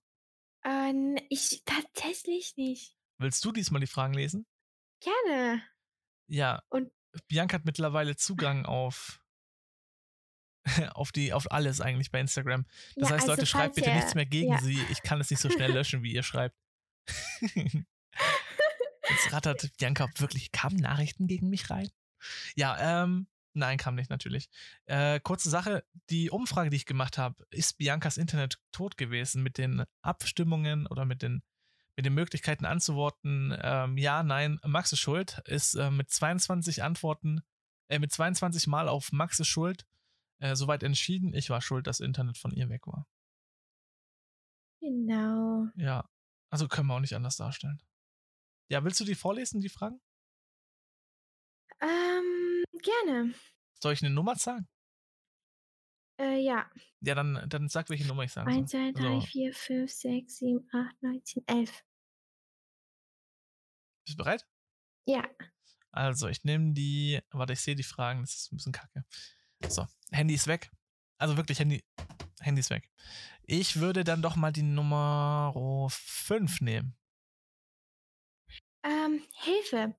Speaker 2: Äh, n- ich tatsächlich nicht.
Speaker 1: Willst du diesmal die Fragen lesen?
Speaker 2: Gerne.
Speaker 1: Ja.
Speaker 2: Und-
Speaker 1: Bianca hat mittlerweile Zugang auf *laughs* auf die auf alles eigentlich bei Instagram. Das
Speaker 2: also
Speaker 1: heißt, Leute, schreibt bitte nichts mehr gegen
Speaker 2: ja.
Speaker 1: sie. Ich kann es nicht so schnell löschen, wie ihr schreibt. Jetzt rattert Bianca wirklich. Kamen Nachrichten gegen mich rein? Ja, ähm, nein, kam nicht natürlich. Äh, kurze Sache, die Umfrage, die ich gemacht habe, ist Biancas Internet tot gewesen mit den Abstimmungen oder mit den, mit den Möglichkeiten anzuworten? Ähm, ja, nein, Max ist schuld, ist äh, mit 22 Antworten, äh, mit 22 Mal auf Max ist schuld, äh, soweit entschieden, ich war schuld, dass Internet von ihr weg war.
Speaker 2: Genau.
Speaker 1: Ja, also können wir auch nicht anders darstellen. Ja, willst du die vorlesen, die Fragen?
Speaker 2: Ähm, gerne.
Speaker 1: Soll ich eine Nummer sagen?
Speaker 2: Äh, ja.
Speaker 1: Ja, dann, dann sag, welche Nummer ich sagen soll.
Speaker 2: 1, 2, 3,
Speaker 1: So.
Speaker 2: 4, 5, 6, 7, 8, 9, 10, 11.
Speaker 1: Bist du bereit?
Speaker 2: Ja.
Speaker 1: Also, ich nehme die. Warte, ich sehe die Fragen. Das ist ein bisschen kacke. So, Handy ist weg. Also wirklich, Handy, Handy ist weg. Ich würde dann doch mal die Nummer 5 nehmen.
Speaker 2: Ähm, Hilfe.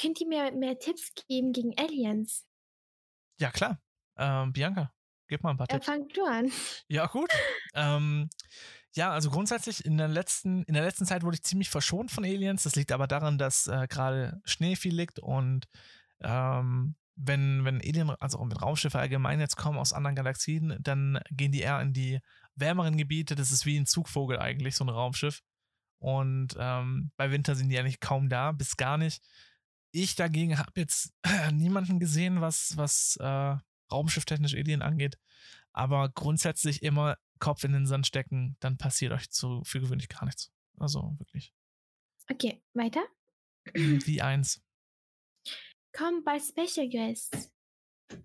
Speaker 2: Könnt ihr mir mehr Tipps geben gegen Aliens?
Speaker 1: Ja, klar. Ähm, Bianca, gib mal ein paar
Speaker 2: Dann
Speaker 1: Tipps.
Speaker 2: fang Äh, du an.
Speaker 1: Ja, gut. ähm, ja, also grundsätzlich in der, letzten, in der letzten Zeit wurde ich ziemlich verschont von Aliens. Das liegt aber daran, dass äh, gerade Schnee viel liegt und ähm, wenn, wenn Alien, also wenn Raumschiffe allgemein jetzt kommen aus anderen Galaxien, dann gehen die eher in die wärmeren Gebiete. Das ist wie ein Zugvogel eigentlich, so ein Raumschiff. Und ähm, bei Winter sind die eigentlich kaum da, bis gar nicht. Ich dagegen habe jetzt äh, niemanden gesehen, was, was äh, raumschifftechnisch Alien angeht. Aber grundsätzlich immer Kopf in den Sand stecken, dann passiert euch zu für gewöhnlich gar nichts. Also wirklich.
Speaker 2: Okay, weiter.
Speaker 1: Die eins.
Speaker 2: Komm bei Special Guests.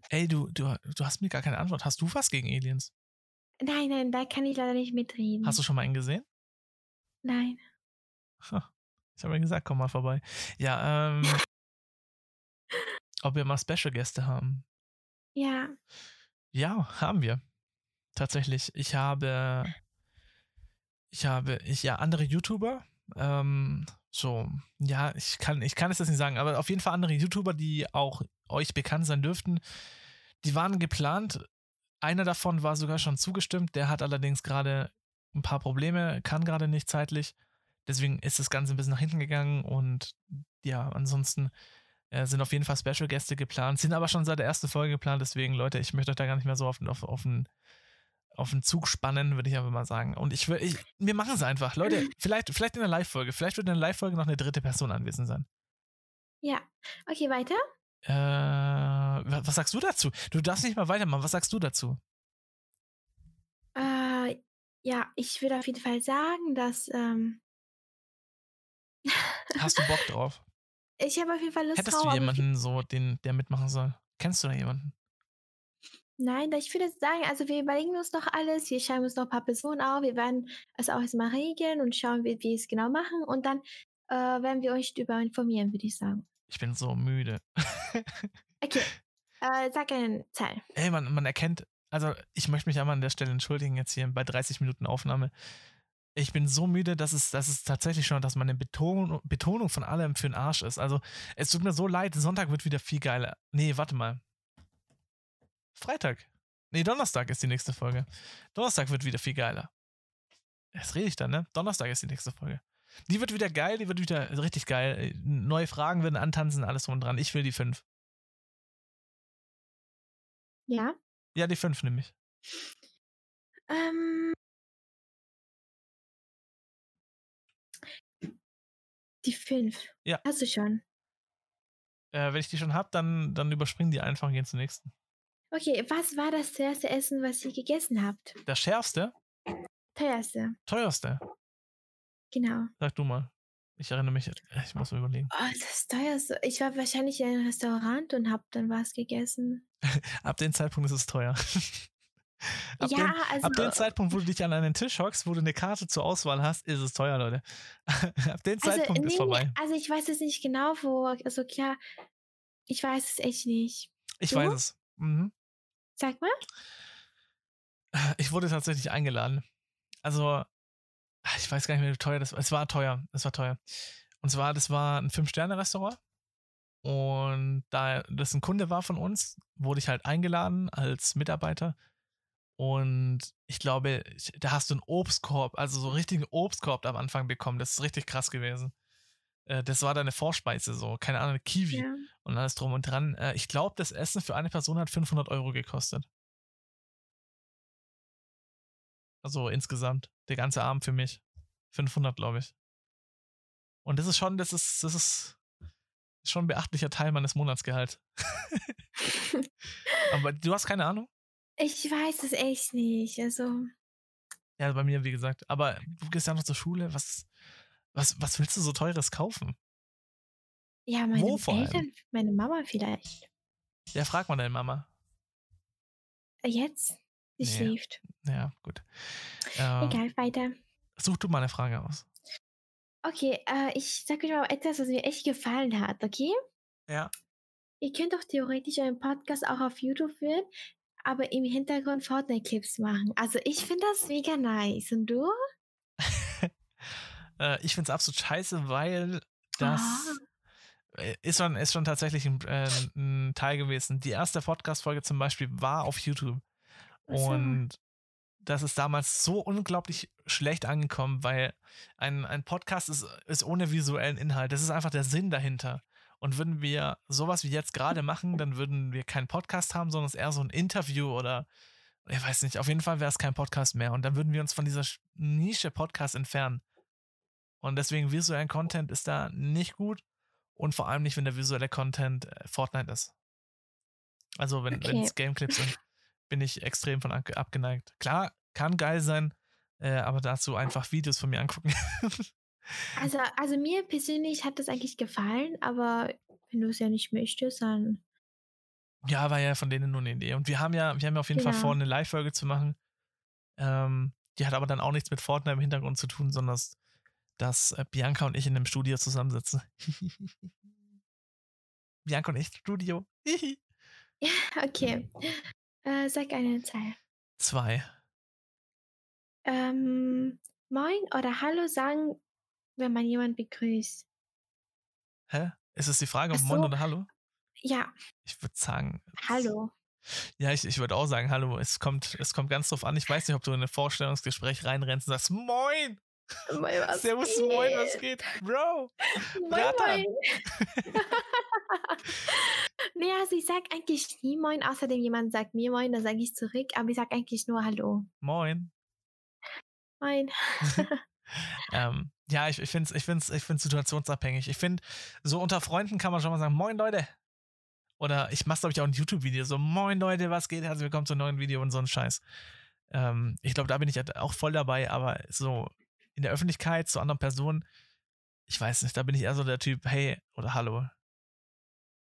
Speaker 1: Ey, du, du, du hast mir gar keine Antwort. Hast du was gegen Aliens?
Speaker 2: Nein, nein, da kann ich leider nicht mitreden.
Speaker 1: Hast du schon mal einen gesehen?
Speaker 2: Nein.
Speaker 1: Ha, Ich habe ja gesagt, komm mal vorbei. Ja, ähm. ob wir mal Special-Gäste haben.
Speaker 2: Ja.
Speaker 1: Ja, haben wir. Tatsächlich. Ich habe. Ich habe. Ich, ja, andere YouTuber. Ähm, so, ja, ich kann, ich kann es jetzt nicht sagen, aber auf jeden Fall andere YouTuber, die auch euch bekannt sein dürften, die waren geplant. Einer davon war sogar schon zugestimmt, der hat allerdings gerade ein paar Probleme, kann gerade nicht zeitlich. Deswegen ist das Ganze ein bisschen nach hinten gegangen und ja, ansonsten äh, sind auf jeden Fall Special-Gäste geplant, sind aber schon seit der ersten Folge geplant, deswegen, Leute, ich möchte euch da gar nicht mehr so auf, auf, auf, den, auf den Zug spannen, würde ich einfach mal sagen. Und ich will, ich, wir machen es einfach. Leute, vielleicht, vielleicht in der Live-Folge, vielleicht wird in der Live-Folge noch eine dritte Person anwesend sein.
Speaker 2: Ja. Okay, weiter.
Speaker 1: Äh, wa- was sagst du dazu? Du darfst nicht mal weitermachen, was sagst du dazu?
Speaker 2: Äh, ja, ich würde auf jeden Fall sagen, dass ähm,
Speaker 1: Hast du Bock drauf?
Speaker 2: ich habe auf jeden Fall Lust
Speaker 1: Hättest
Speaker 2: drauf.
Speaker 1: du
Speaker 2: aber-
Speaker 1: jemanden so, den, der mitmachen soll? Kennst du da jemanden?
Speaker 2: Nein, ich würde sagen, also wir überlegen uns noch alles, wir schreiben uns noch ein paar Personen auf, wir werden es auch erstmal regeln und schauen, wie wie wir es genau machen und dann äh, werden wir euch darüber informieren, würde ich sagen.
Speaker 1: Ich bin so müde. *laughs*
Speaker 2: Okay, äh, sag eine Zahl.
Speaker 1: Ey, man, man erkennt, also ich möchte mich einmal an der Stelle entschuldigen, jetzt hier bei 30 Minuten Aufnahme. Ich bin so müde, dass es, dass es tatsächlich schon, dass meine Betonung, Betonung von allem für den Arsch ist. Also es tut mir so leid, Sonntag wird wieder viel geiler. Nee, warte mal. Freitag. Nee, Donnerstag ist die nächste Folge. Donnerstag wird wieder viel geiler. Das rede ich dann, ne? Donnerstag ist die nächste Folge. Die wird wieder geil, die wird wieder richtig geil. Neue Fragen werden antanzen, alles drum und dran. Ich will die fünf.
Speaker 2: Ja.
Speaker 1: Ja, die fünf nehme ich.
Speaker 2: Ähm, die fünf.
Speaker 1: Ja.
Speaker 2: Hast du schon.
Speaker 1: Äh, wenn ich die schon habe, dann, dann überspringen die einfach und gehen zum nächsten.
Speaker 2: Okay, was war das teuerste Essen, was ihr gegessen habt?
Speaker 1: Das schärfste,
Speaker 2: Teuerste,
Speaker 1: teuerste,
Speaker 2: genau.
Speaker 1: sag du mal. Ich erinnere mich, ich muss mir überlegen.
Speaker 2: Oh, das teuerste. Ich war wahrscheinlich in einem Restaurant und hab dann was gegessen.
Speaker 1: Ab dem Zeitpunkt ist es teuer. *laughs* ab,
Speaker 2: ja,
Speaker 1: dem,
Speaker 2: also.
Speaker 1: ab dem Zeitpunkt, wo du dich an einen Tisch hockst, wo du eine Karte zur Auswahl hast, ist es teuer, Leute. *laughs* ab dem
Speaker 2: also,
Speaker 1: Zeitpunkt ist
Speaker 2: nee,
Speaker 1: vorbei.
Speaker 2: Also ich weiß jetzt nicht genau, wo. Also klar, ich weiß es echt nicht.
Speaker 1: Ich
Speaker 2: du?
Speaker 1: weiß es. Mhm.
Speaker 2: Sag mal.
Speaker 1: Ich wurde tatsächlich eingeladen. Also, ich weiß gar nicht mehr, wie teuer das war. Es war teuer. Es war teuer. Und zwar, das war ein Fünf-Sterne-Restaurant. Und da das ein Kunde war von uns, wurde ich halt eingeladen als Mitarbeiter. Und ich glaube, ich- da hast du einen Obstkorb, also so einen richtigen Obstkorb am Anfang bekommen. Das ist richtig krass gewesen. Äh, Das war deine Vorspeise, so, keine Ahnung, Kiwi
Speaker 2: Ja.
Speaker 1: und alles drum und dran. Äh, Ich glaube, das Essen für eine Person hat 500 Euro gekostet. Also insgesamt, der ganze Abend für mich. 500, glaube ich. Und das ist schon, das ist, das ist schon ein beachtlicher Teil meines Monatsgehalts. *laughs* Aber du hast keine Ahnung?
Speaker 2: Ich weiß es echt nicht. Also,
Speaker 1: Ja, bei mir, wie gesagt. Aber du gehst ja noch zur Schule. Was, was, was willst du so teures kaufen?
Speaker 2: Ja, meine
Speaker 1: Wo vor allem?
Speaker 2: Eltern, meine Mama vielleicht.
Speaker 1: Ja, frag mal deine Mama.
Speaker 2: Jetzt? Sie
Speaker 1: Nee.
Speaker 2: schläft.
Speaker 1: Ja, gut. Äh,
Speaker 2: Egal, weiter.
Speaker 1: Such du mal eine Frage aus.
Speaker 2: Okay, äh, ich sag euch mal etwas, was mir echt gefallen hat, okay?
Speaker 1: Ja.
Speaker 2: Ihr könnt doch theoretisch einen Podcast auch auf YouTube führen, aber im Hintergrund Fortnite-Clips machen. Also ich finde das mega nice. Und du?
Speaker 1: Äh, ich find's absolut scheiße, weil das
Speaker 2: Ah.
Speaker 1: äh, ist, schon, ist schon tatsächlich ein, äh, ein Teil gewesen. Die erste Podcast-Folge zum Beispiel war auf YouTube.
Speaker 2: Ach so.
Speaker 1: Und das ist damals so unglaublich schlecht angekommen, weil ein, ein Podcast ist, ist ohne visuellen Inhalt. Das ist einfach der Sinn dahinter. Und würden wir sowas wie jetzt gerade machen, dann würden wir keinen Podcast haben, sondern es ist eher so ein Interview oder ich weiß nicht, auf jeden Fall wäre es kein Podcast mehr. Und dann würden wir uns von dieser Sch- Nische Podcast entfernen. Und deswegen visuellen Content ist da nicht gut und vor allem nicht, wenn der visuelle Content äh, Fortnite ist. Also wenn
Speaker 2: Okay.
Speaker 1: es Gameclips sind, bin ich extrem von abge- abgeneigt. Klar, kann geil sein, äh, aber dazu einfach Videos von mir angucken.
Speaker 2: Also, also mir persönlich hat das eigentlich gefallen, aber wenn du es ja nicht möchtest, dann. *laughs*
Speaker 1: Ja, war ja von denen nur eine Idee. Und wir haben ja, wir haben ja auf jeden Fall
Speaker 2: Genau.
Speaker 1: vor, eine Live-Folge zu machen. Ähm, die hat aber dann auch nichts mit Fortnite im Hintergrund zu tun, sondern dass, dass äh, Bianca und ich in einem Studio zusammensitzen. *laughs* Bianca und ich Studio. *laughs*
Speaker 2: Okay. Äh, sag eine Zahl.
Speaker 1: Zwei.
Speaker 2: Ähm, Moin oder Hallo sagen, wenn man jemanden begrüßt.
Speaker 1: Hä? Ist es die Frage, ob
Speaker 2: Ach
Speaker 1: Moin
Speaker 2: so.
Speaker 1: oder Hallo?
Speaker 2: Ja,
Speaker 1: Ich würde sagen.
Speaker 2: Hallo.
Speaker 1: Ja, ich, ich würde auch sagen, Hallo. Es kommt, es kommt ganz drauf an. Ich weiß nicht, ob du in ein Vorstellungsgespräch reinrennst und sagst, Moin!
Speaker 2: Moin, was
Speaker 1: Servus, Moin, was
Speaker 2: geht?
Speaker 1: geht? Bro!
Speaker 2: Moin,
Speaker 1: Brata. *laughs*
Speaker 2: moin. nee, also ich sag eigentlich nie Moin, außerdem jemand sagt mir Moin, dann sage ich zurück, aber ich sag eigentlich nur Hallo.
Speaker 1: Moin!
Speaker 2: Moin.
Speaker 1: Ähm, ja, ich, ich finde es ich find's, ich find's situationsabhängig. Ich finde, so unter Freunden kann man schon mal sagen, moin Leute. Oder ich mache, glaube ich, auch ein YouTube-Video, so moin Leute, was geht? Herzlich willkommen zu einem neuen Video und so ein Scheiß. Ähm, ich glaube, da bin ich halt auch voll dabei, aber so in der Öffentlichkeit zu anderen Personen, ich weiß nicht, da bin ich eher so der Typ, hey oder hallo.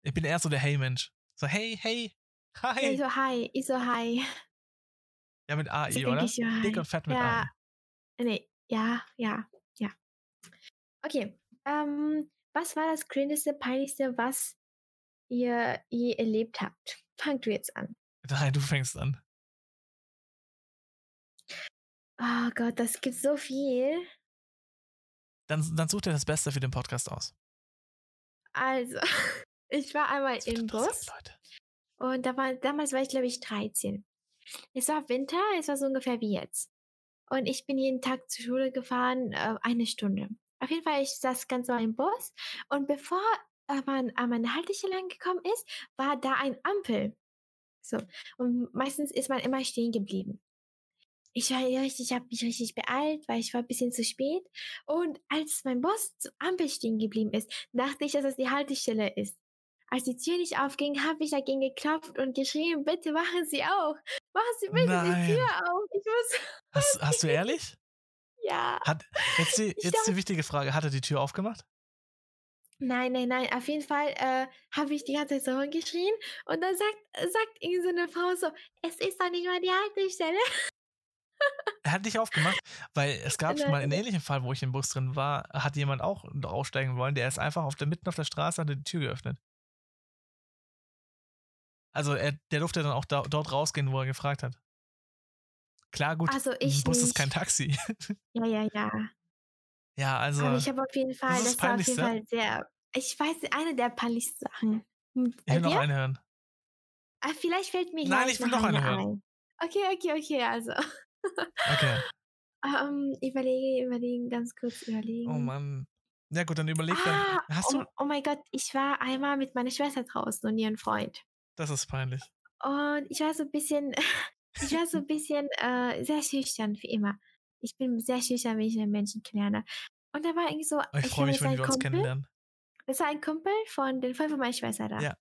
Speaker 1: Ich bin eher so der Hey-Mensch. So hey, hey,
Speaker 2: Ja, Ich
Speaker 1: hi.
Speaker 2: so Also hi, ich so hi.
Speaker 1: Ja, mit
Speaker 2: Ich
Speaker 1: AI,
Speaker 2: sag
Speaker 1: oder?
Speaker 2: eigentlich so hi.
Speaker 1: Dick und fett mit
Speaker 2: ja.
Speaker 1: AI.
Speaker 2: Nee, ja, ja, ja. Okay. Ähm, was war das cringeste, peinlichste, was ihr je erlebt habt? Fangt du jetzt an.
Speaker 1: Nein, du fängst an.
Speaker 2: Oh Gott, das gibt so viel.
Speaker 1: Dann, dann such dir das Beste für den Podcast aus.
Speaker 2: Also, *laughs* ich war einmal
Speaker 1: Das wird
Speaker 2: im
Speaker 1: interessant,
Speaker 2: Bus
Speaker 1: Leute.
Speaker 2: und da war, damals war ich, glaube ich, 13. Es war Winter, es war so ungefähr wie jetzt. Und ich bin jeden Tag zur Schule gefahren, äh, eine Stunde. Auf jeden Fall, ich saß ganz normal im Bus und bevor äh, man an meine Haltestelle angekommen ist, war da ein Ampel. So. Und meistens ist man immer stehen geblieben. Ich war ja richtig, ich habe mich richtig beeilt, weil ich war ein bisschen zu spät. Und als mein Bus zur Ampel stehen geblieben ist, dachte ich, dass es die Haltestelle ist. Als die Tür nicht aufging, habe ich dagegen geklopft und geschrien, bitte machen Sie auf. Machen Sie bitte
Speaker 1: Nein.
Speaker 2: die Tür auf. Ich muss, *laughs*
Speaker 1: Hast, hast du ehrlich?
Speaker 2: ja.
Speaker 1: Hat, jetzt die,
Speaker 2: *laughs* Ich
Speaker 1: jetzt die wichtige Frage: Hat er die Tür aufgemacht?
Speaker 2: Nein, nein, nein. Auf jeden Fall äh, habe ich die ganze Zeit so geschrien und dann sagt, äh, sagt irgend so eine Frau so, es ist doch nicht mal die Haltestelle.
Speaker 1: Er hat nicht aufgemacht, weil es
Speaker 2: *laughs*
Speaker 1: gab schon mal einen
Speaker 2: Nein.
Speaker 1: ähnlichen Fall, wo ich im Bus drin war, hat jemand auch aussteigen wollen, der ist einfach auf der, mitten auf der Straße hatte die Tür geöffnet. Also er, der durfte dann auch da, dort rausgehen, wo er gefragt hat. Klar, gut,
Speaker 2: Also
Speaker 1: ein
Speaker 2: ich
Speaker 1: Bus
Speaker 2: nicht.
Speaker 1: ist kein Taxi. *laughs*
Speaker 2: ja, ja, ja.
Speaker 1: Ja, also
Speaker 2: Aber ich habe auf jeden Fall,
Speaker 1: ist ne? das
Speaker 2: das, war auf jeden
Speaker 1: Peinlichste?
Speaker 2: Fall sehr, ich weiß, eine der peinlichsten Sachen. Hm,
Speaker 1: ich
Speaker 2: bei
Speaker 1: will noch
Speaker 2: dir?
Speaker 1: einen hören.
Speaker 2: Ah, vielleicht fällt mir
Speaker 1: Nein,
Speaker 2: gleich
Speaker 1: ich will noch eine hören.
Speaker 2: ein. Okay, okay, okay, also. *laughs*
Speaker 1: Okay.
Speaker 2: Ähm, überlege, überlegen, ganz kurz überlegen.
Speaker 1: Oh Mann. Ja gut, dann überleg
Speaker 2: Hm. Ah,
Speaker 1: dann. Hast
Speaker 2: oh,
Speaker 1: du?
Speaker 2: oh mein Gott, ich war einmal mit meiner Schwester draußen und ihrem Freund.
Speaker 1: Das ist peinlich.
Speaker 2: Und ich war so ein bisschen, *laughs* ich war
Speaker 1: *laughs*
Speaker 2: so ein bisschen äh, sehr schüchtern, wie immer. Ich bin sehr schüchtern, wenn ich einen Menschen kennenlerne. Und da war irgendwie so,
Speaker 1: Oh, ich freue
Speaker 2: glaube,
Speaker 1: mich,
Speaker 2: es
Speaker 1: wenn
Speaker 2: war
Speaker 1: wir
Speaker 2: ein
Speaker 1: uns
Speaker 2: Kumpel-
Speaker 1: kennenlernen.
Speaker 2: Es war ein Kumpel von den Freunden von meiner Schwester da.
Speaker 1: Ja.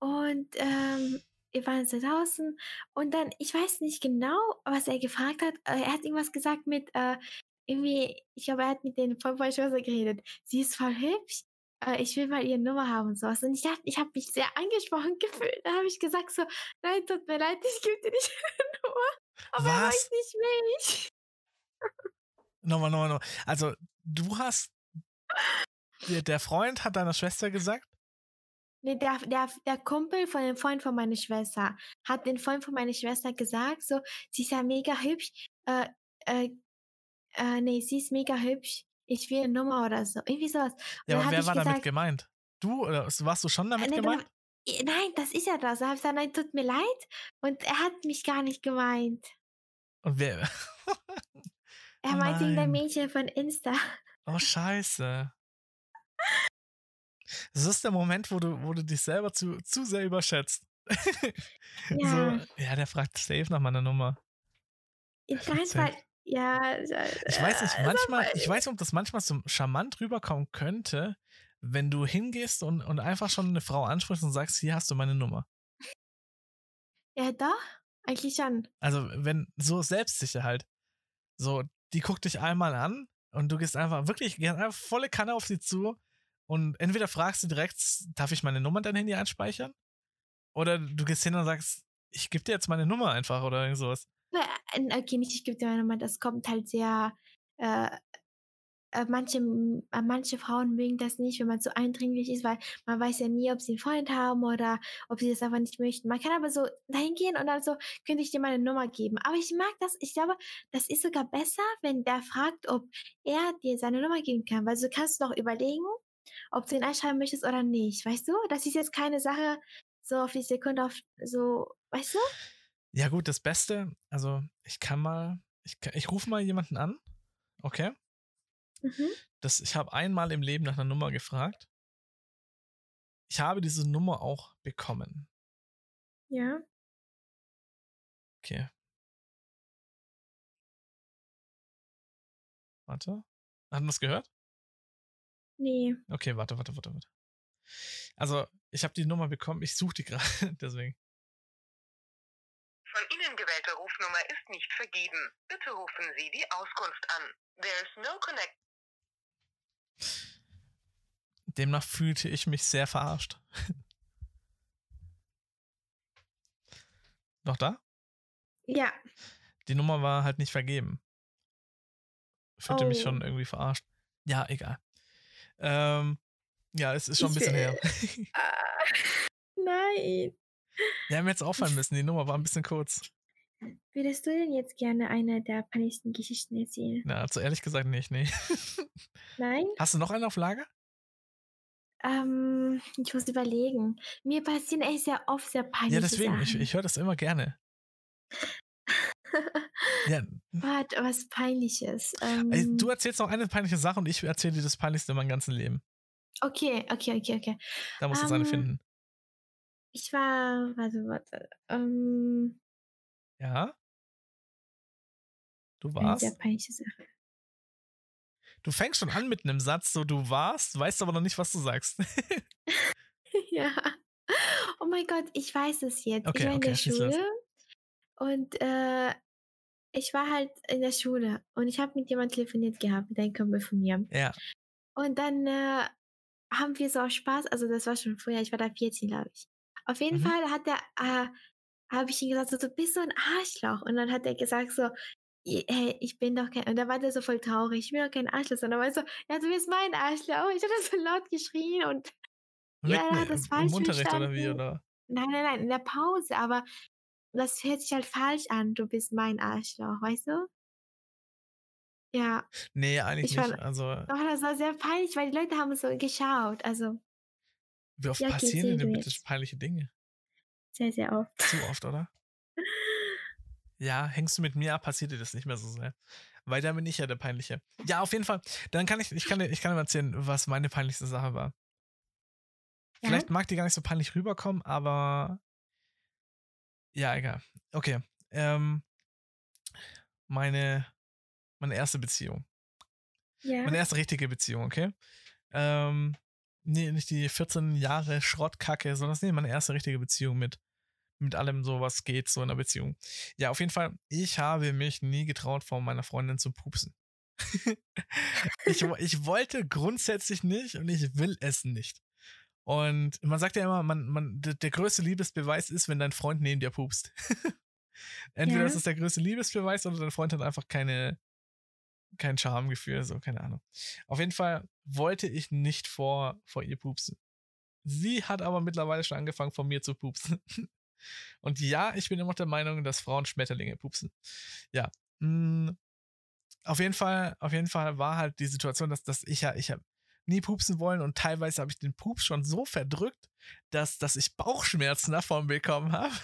Speaker 2: Und ähm, wir waren so draußen und dann, ich weiß nicht genau, was er gefragt hat. äh, Er hat irgendwas gesagt mit, äh, irgendwie, ich glaube, er hat mit den Freunden von meiner Schwester geredet. Sie ist voll hübsch. äh, ich will mal ihre Nummer haben und sowas. Und ich dachte, ich habe mich sehr angesprochen *laughs* gefühlt. Dann habe ich gesagt so, nein, tut mir leid, ich gebe dir nicht *laughs* ihre Nummer. Aber er
Speaker 1: Was?
Speaker 2: weiß nicht mich.
Speaker 1: Nochmal, nochmal, nochmal. Also, du hast. Der, der Freund hat deiner Schwester gesagt,
Speaker 2: Nee, Ne, der, der, der Kumpel von dem Freund von meiner Schwester hat den Freund von meiner Schwester gesagt, so, sie ist ja mega hübsch. Äh, äh, äh, nee, sie ist mega hübsch. Ich will eine Nummer oder so. Irgendwie sowas.
Speaker 1: ja,
Speaker 2: dann
Speaker 1: aber
Speaker 2: hab
Speaker 1: wer
Speaker 2: ich
Speaker 1: war damit
Speaker 2: gesagt-
Speaker 1: gemeint? Du oder warst du schon damit
Speaker 2: nee, du-
Speaker 1: gemeint?
Speaker 2: Eh, Nein, das ist ja das. Da habe ich gesagt, nein, tut mir leid. Und er hat mich gar nicht gemeint.
Speaker 1: Und wer.
Speaker 2: Er
Speaker 1: Oh
Speaker 2: meinte
Speaker 1: Nein.
Speaker 2: irgendein Mädchen
Speaker 1: *laughs*
Speaker 2: von Insta.
Speaker 1: Oh, scheiße. Das ist der Moment, wo du, wo du dich selber zu, zu sehr überschätzt. *laughs*
Speaker 2: Ja,
Speaker 1: So, ja, der fragt safe nach meiner Nummer.
Speaker 2: in keinem
Speaker 1: witzig.
Speaker 2: Fall. Ja, ja,
Speaker 1: Ich weiß nicht,
Speaker 2: äh,
Speaker 1: manchmal, ich weiß nicht, ob das manchmal so charmant rüberkommen könnte, wenn du hingehst und, und einfach schon eine Frau ansprichst und sagst, hier hast du meine Nummer.
Speaker 2: äh, Ja, doch. Eigentlich schon.
Speaker 1: Also, wenn so selbstsicher halt. So, die guckt dich einmal an und du gehst einfach wirklich gehst einfach volle Kanne auf sie zu und entweder fragst du direkt, darf ich meine Nummer in dein Handy einspeichern? Oder du gehst hin und sagst, ich gebe dir jetzt meine Nummer einfach oder irgend sowas.
Speaker 2: Aber, äh, Okay, nicht, ich gebe dir meine Nummer. Das kommt halt sehr. Äh, äh, manche, äh, manche Frauen mögen das nicht, wenn man so eindringlich ist, weil man weiß ja nie, ob sie einen Freund haben oder ob sie das einfach nicht möchten. Man kann aber so dahin gehen und dann so, könnte ich dir meine Nummer geben. Aber ich mag das, ich glaube, das ist sogar besser, wenn der fragt, ob er dir seine Nummer geben kann. Weil so kannst du noch überlegen, ob du ihn einschreiben möchtest oder nicht. Weißt du? Das ist jetzt keine Sache, so auf die Sekunde auf so, weißt du?
Speaker 1: Ja, gut, das Beste, also ich kann mal, ich, kann- ich rufe mal jemanden an, okay?
Speaker 2: Mhm.
Speaker 1: Das, ich habe einmal im Leben nach einer Nummer gefragt. Ich habe diese Nummer auch bekommen.
Speaker 2: Ja.
Speaker 1: Okay. Warte. Hat man das gehört?
Speaker 2: Nee.
Speaker 1: Okay, warte, warte, warte, warte. Also, ich habe die Nummer bekommen. Ich suche die gerade, *laughs* deswegen.
Speaker 3: Von Ihnen gewählte Rufnummer ist nicht vergeben. Bitte rufen Sie die Auskunft an. There is no connect.
Speaker 1: Demnach fühlte ich mich sehr verarscht. Noch da?
Speaker 2: Ja.
Speaker 1: Die Nummer war halt nicht vergeben. Fühlte mich
Speaker 2: Oh.
Speaker 1: schon irgendwie verarscht. Ja, egal. Ähm, ja, es ist schon ein
Speaker 2: Ich
Speaker 1: bisschen
Speaker 2: will-
Speaker 1: her.
Speaker 2: *laughs* Ah, Nein.
Speaker 1: Wir haben jetzt auffallen müssen, die Nummer war ein bisschen kurz.
Speaker 2: Würdest du denn jetzt gerne eine der peinlichsten Geschichten erzählen?
Speaker 1: Na, also ehrlich gesagt nicht,
Speaker 2: *laughs*
Speaker 1: nee.
Speaker 2: Nein?
Speaker 1: Hast du noch einen auf Lager?
Speaker 2: Ähm, ich muss überlegen. Mir passieren echt sehr oft sehr peinliche
Speaker 1: Ja, deswegen, ich,
Speaker 2: Sachen.
Speaker 1: ich höre das immer
Speaker 2: *laughs*
Speaker 1: gerne. Ja,
Speaker 2: Warte, Oh, was Peinliches. Ähm,
Speaker 1: ey, du erzählst noch eine peinliche Sache und ich erzähle dir das Peinlichste in meinem ganzen Leben.
Speaker 2: okay, okay, okay, okay.
Speaker 1: Da musst du jetzt eine
Speaker 2: Ähm.
Speaker 1: finden.
Speaker 2: Ich war, warte, warte. Ähm,
Speaker 1: Ja? Du
Speaker 2: eine sehr
Speaker 1: warst?
Speaker 2: peinliche Sache. *laughs*
Speaker 1: Du fängst schon an mit einem Satz, so du warst, weißt aber noch nicht, was du sagst. *laughs*
Speaker 2: ja. Oh mein Gott, ich weiß es jetzt.
Speaker 1: Okay,
Speaker 2: ich war in
Speaker 1: okay,
Speaker 2: der
Speaker 1: schieß los.
Speaker 2: Schule und äh, ich war halt in der Schule und ich habe mit jemandem telefoniert gehabt, mit einem Kumpel von mir.
Speaker 1: Ja.
Speaker 2: Und dann äh, haben wir so aus Spaß, also das war schon früher, ich war da 14, glaube ich. Auf jeden
Speaker 1: Mhm.
Speaker 2: Fall hat er, äh, habe ich ihm gesagt, so, du bist so ein Arschloch. Und dann hat er gesagt, so, "I- hey, ich bin doch kein, und da war der so voll traurig, ich bin doch kein Arschloch. Und dann war er so, ja, du bist mein Arschloch. Ich habe so laut geschrien und Ja,
Speaker 1: Mitten
Speaker 2: ja, das
Speaker 1: ne, im-
Speaker 2: falsch
Speaker 1: Im Unterricht oder wie?
Speaker 2: verstanden.
Speaker 1: Oder?
Speaker 2: Nein, nein, nein, in der Pause, aber das hört sich halt falsch an. Du bist mein Arschloch, weißt du? Ja,
Speaker 1: Nee, eigentlich
Speaker 2: Ich war-
Speaker 1: nicht. Also,
Speaker 2: aber das war sehr peinlich, weil die Leute haben so geschaut. Also
Speaker 1: wie oft
Speaker 2: Ja, okay,
Speaker 1: passieren
Speaker 2: erzähl
Speaker 1: dir denn
Speaker 2: du
Speaker 1: bitte
Speaker 2: jetzt.
Speaker 1: peinliche Dinge?
Speaker 2: sehr, sehr oft.
Speaker 1: Zu oft, oder? Ja, hängst du mit mir ab, passiert dir das nicht mehr so sehr. Weil da bin ich ja der Peinliche. Ja, auf jeden Fall. Dann kann ich, ich kann, dir- ich kann dir mal erzählen, was meine peinlichste Sache war.
Speaker 2: Ja?
Speaker 1: Vielleicht mag die gar nicht so peinlich rüberkommen, aber ja, egal. Okay. Ähm, meine, meine erste Beziehung.
Speaker 2: Ja.
Speaker 1: Meine erste richtige Beziehung, okay? Ähm, nee, nicht die 14 Jahre Schrottkacke, sondern nee, meine erste richtige Beziehung mit, mit allem so, was geht, so in einer Beziehung. Ja, auf jeden Fall, ich habe mich nie getraut, vor meiner Freundin zu pupsen. *laughs* ich, wo- ich wollte grundsätzlich nicht und ich will es nicht. Und man sagt ja immer, man, man, der, der größte Liebesbeweis ist, wenn dein Freund neben dir pupst. *laughs* Entweder
Speaker 2: Ja.
Speaker 1: das ist der größte Liebesbeweis oder dein Freund hat einfach keine, kein Charmegefühl, so, keine Ahnung. Auf jeden Fall wollte ich nicht vor, vor ihr pupsen. Sie hat aber mittlerweile schon angefangen, vor mir zu pupsen. *laughs* Und ja, ich bin immer noch der Meinung, dass Frauen Schmetterlinge pupsen. Ja. mm, Auf jeden Fall, auf jeden Fall war halt die Situation, dass, dass ich ja, ich habe nie pupsen wollen und teilweise habe ich den Pups schon so verdrückt, dass, dass ich Bauchschmerzen davon bekommen habe.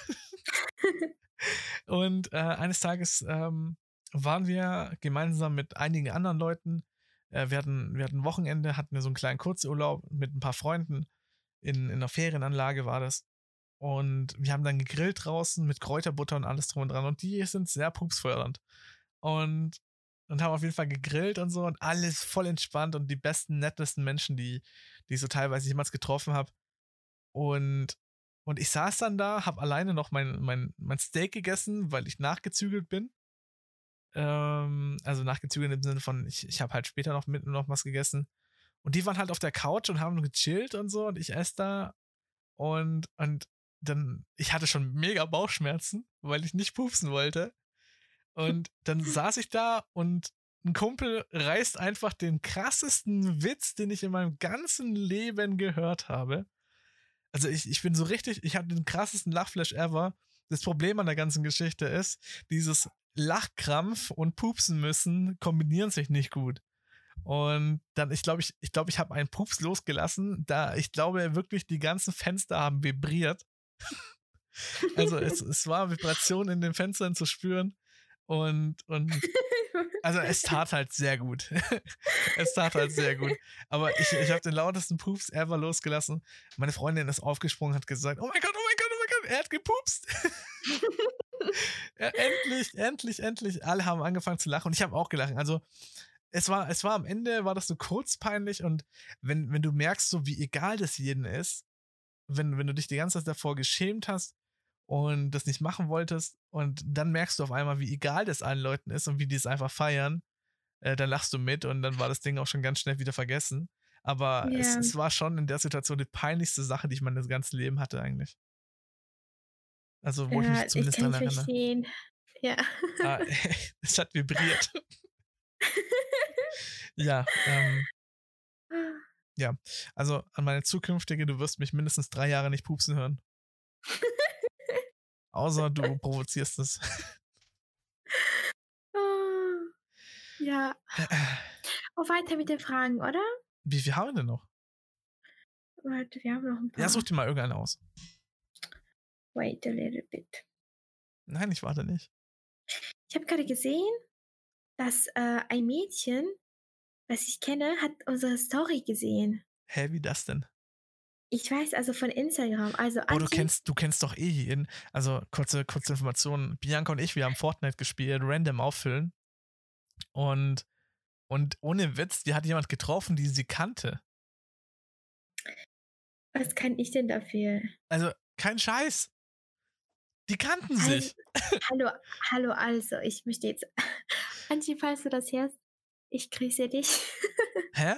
Speaker 1: und äh, eines Tages ähm, waren wir gemeinsam mit einigen anderen Leuten. Äh, wir, hatten, wir hatten Wochenende, hatten wir so einen kleinen Kurzurlaub mit ein paar Freunden. In, in einer Ferienanlage war das. Und wir haben dann gegrillt draußen mit Kräuterbutter und alles drum und dran. Und die sind sehr pupsfördernd. Und, und haben auf jeden Fall gegrillt und so und alles voll entspannt und die besten, nettesten Menschen, die, die ich so teilweise jemals getroffen habe. Und, und ich saß dann da, habe alleine noch mein, mein, mein Steak gegessen, weil ich nachgezügelt bin. Ähm, also nachgezügelt im Sinne von, ich, ich habe halt später noch mit noch was gegessen. Und die waren halt auf der Couch und haben gechillt und so und ich esse da. Und, und dann, ich hatte schon mega Bauchschmerzen, weil ich nicht pupsen wollte. Und dann saß ich da und ein Kumpel reißt einfach den krassesten Witz, den ich in meinem ganzen Leben gehört habe. Also ich, ich bin so richtig, ich hatte den krassesten Lachflash ever. Das Problem an der ganzen Geschichte ist, dieses Lachkrampf und Pupsen müssen kombinieren sich nicht gut. Und dann, ich glaube, ich, ich, glaub, ich habe einen Pups losgelassen, da ich glaube wirklich, die ganzen Fenster haben vibriert. also es, es war Vibration in den Fenstern zu spüren. Und, und also es tat halt sehr gut. *laughs* es tat halt sehr gut. Aber ich, ich habe den lautesten Pups ever losgelassen. Meine Freundin ist aufgesprungen, hat gesagt, oh mein Gott, oh mein Gott, oh mein Gott, er hat gepupst. ja, endlich, endlich, endlich. Alle haben angefangen zu lachen und ich habe auch gelacht. Also es war, es war am Ende, war das so kurz peinlich und wenn, wenn du merkst, so wie egal das jeden ist, wenn, wenn du dich die ganze Zeit davor geschämt hast und das nicht machen wolltest und dann merkst du auf einmal, wie egal das allen Leuten ist und wie die es einfach feiern, äh, dann lachst du mit und dann war das Ding auch schon ganz schnell wieder vergessen. Aber es,
Speaker 2: Ja.
Speaker 1: es war schon in der Situation die peinlichste Sache, die ich mein das ganze Leben hatte eigentlich. Also, wo ich
Speaker 2: ja,
Speaker 1: mich
Speaker 2: ich
Speaker 1: zumindest
Speaker 2: kann
Speaker 1: dran
Speaker 2: es
Speaker 1: erinnere.
Speaker 2: verstehen. Ja.
Speaker 1: Ah, *laughs* es hat vibriert. ja, ähm, also an meine zukünftige, du wirst mich mindestens drei Jahre nicht pupsen hören. Außer du provozierst es.
Speaker 2: *laughs*
Speaker 1: *laughs*
Speaker 2: Ah. ja. Oh, weiter mit den Fragen, oder?
Speaker 1: Wie viel haben wir denn noch?
Speaker 2: Warte, wir haben noch ein paar.
Speaker 1: Ja, such dir mal irgendeinen aus.
Speaker 2: Wait a little bit.
Speaker 1: Nein, ich warte nicht.
Speaker 2: Ich habe gerade gesehen, dass äh, ein Mädchen, was ich kenne, hat unsere Story gesehen.
Speaker 1: Hä, wie das denn?
Speaker 2: Ich weiß also von Instagram. Also
Speaker 1: Oh, du
Speaker 2: Angie-
Speaker 1: kennst, du kennst doch eh jeden. Also kurze, kurze Informationen. Bianca und ich, wir haben Fortnite gespielt, random auffüllen. Und, und ohne Witz, die hat jemand getroffen, die sie kannte.
Speaker 2: Was kann ich denn dafür?
Speaker 1: Also, kein Scheiß. Die kannten sich.
Speaker 2: hallo, hallo, also, ich möchte jetzt. *laughs* Angie, falls du das hörst, ich grüße dich.
Speaker 1: Hä?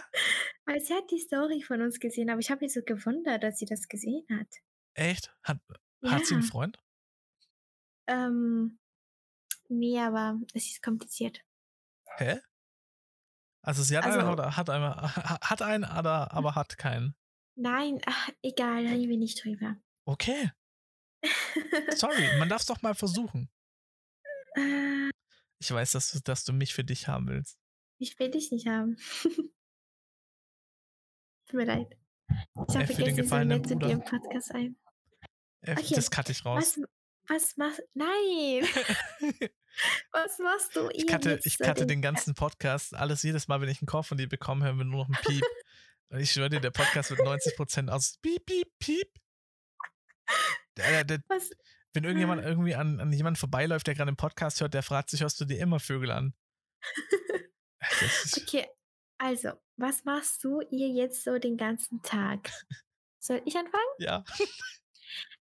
Speaker 2: Aber sie hat die Story von uns gesehen, aber ich habe mich so gewundert, dass sie das gesehen hat.
Speaker 1: Echt? Hat, hat sie einen Freund?
Speaker 2: ähm, nee, aber es ist kompliziert.
Speaker 1: Hä? Also sie hat
Speaker 2: Also-
Speaker 1: einen oder hat einen, hat einen, aber, aber hat keinen.
Speaker 2: Nein, ach, egal, reden wir nicht drüber. *laughs*
Speaker 1: Okay, sorry, man darf es doch mal versuchen.
Speaker 2: Äh,
Speaker 1: Ich weiß, dass du, dass du mich für dich haben willst.
Speaker 2: ich will dich nicht haben. *laughs* Tut mir leid. Ich
Speaker 1: Äh, für
Speaker 2: habe
Speaker 1: den
Speaker 2: vergessen, ich soll
Speaker 1: gefallenen
Speaker 2: nett zu
Speaker 1: Bruder.
Speaker 2: dir im Podcast ein.
Speaker 1: Äh,
Speaker 2: Okay.
Speaker 1: Das cutte ich raus.
Speaker 2: Was, was machst
Speaker 1: *laughs*
Speaker 2: Nein! was machst du?
Speaker 1: Ich
Speaker 2: ihr
Speaker 1: cutte,
Speaker 2: jetzt
Speaker 1: ich
Speaker 2: so
Speaker 1: cutte
Speaker 2: *laughs*
Speaker 1: den ganzen Podcast. Alles jedes Mal, wenn ich einen Korb von dir bekomme, hören wir nur noch ein Piep. ich schwöre dir, der Podcast wird 90% aus Piep, Piep, Piep. Der, der,
Speaker 2: Was? Ah.
Speaker 1: wenn irgendjemand irgendwie an, an jemanden vorbeiläuft, der gerade einen Podcast hört, der fragt sich, hörst du dir immer Vögel
Speaker 2: *laughs*
Speaker 1: an? Das ist,
Speaker 2: Okay, also,
Speaker 1: *laughs*
Speaker 2: was machst du ihr jetzt so den ganzen Tag? Soll ich anfangen?
Speaker 1: ja.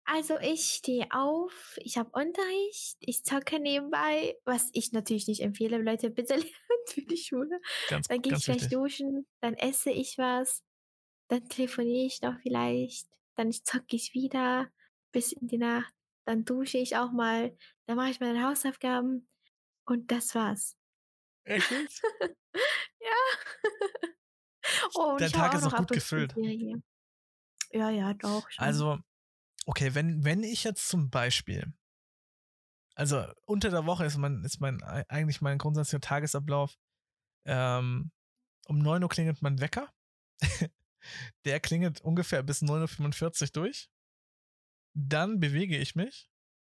Speaker 2: Also ich stehe auf, ich habe Unterricht, ich zocke nebenbei, was ich natürlich nicht empfehle. Leute, bitte *laughs* lernt für die Schule.
Speaker 1: Ganz,
Speaker 2: Dann gehe ich
Speaker 1: ganz
Speaker 2: gleich
Speaker 1: wichtig.
Speaker 2: duschen, dann esse ich was, dann telefoniere ich noch vielleicht, dann zocke ich wieder bis in die Nacht, dann dusche ich auch mal, dann mache ich meine Hausaufgaben und das war's.
Speaker 1: Echt jetzt?
Speaker 2: Oh, und
Speaker 1: Der
Speaker 2: ich hau
Speaker 1: Tag ist
Speaker 2: noch
Speaker 1: auch gut
Speaker 2: ab und zu
Speaker 1: gefüllt.
Speaker 2: Serie. Ja, ja, doch. Schon.
Speaker 1: Also, okay, wenn, wenn ich jetzt zum Beispiel, also unter der Woche ist mein, ist mein eigentlich mein grundsätzlicher Tagesablauf, ähm, um 9 Uhr klingelt mein Wecker. *laughs* der klingelt ungefähr bis 9.45 Uhr durch. Dann bewege ich mich.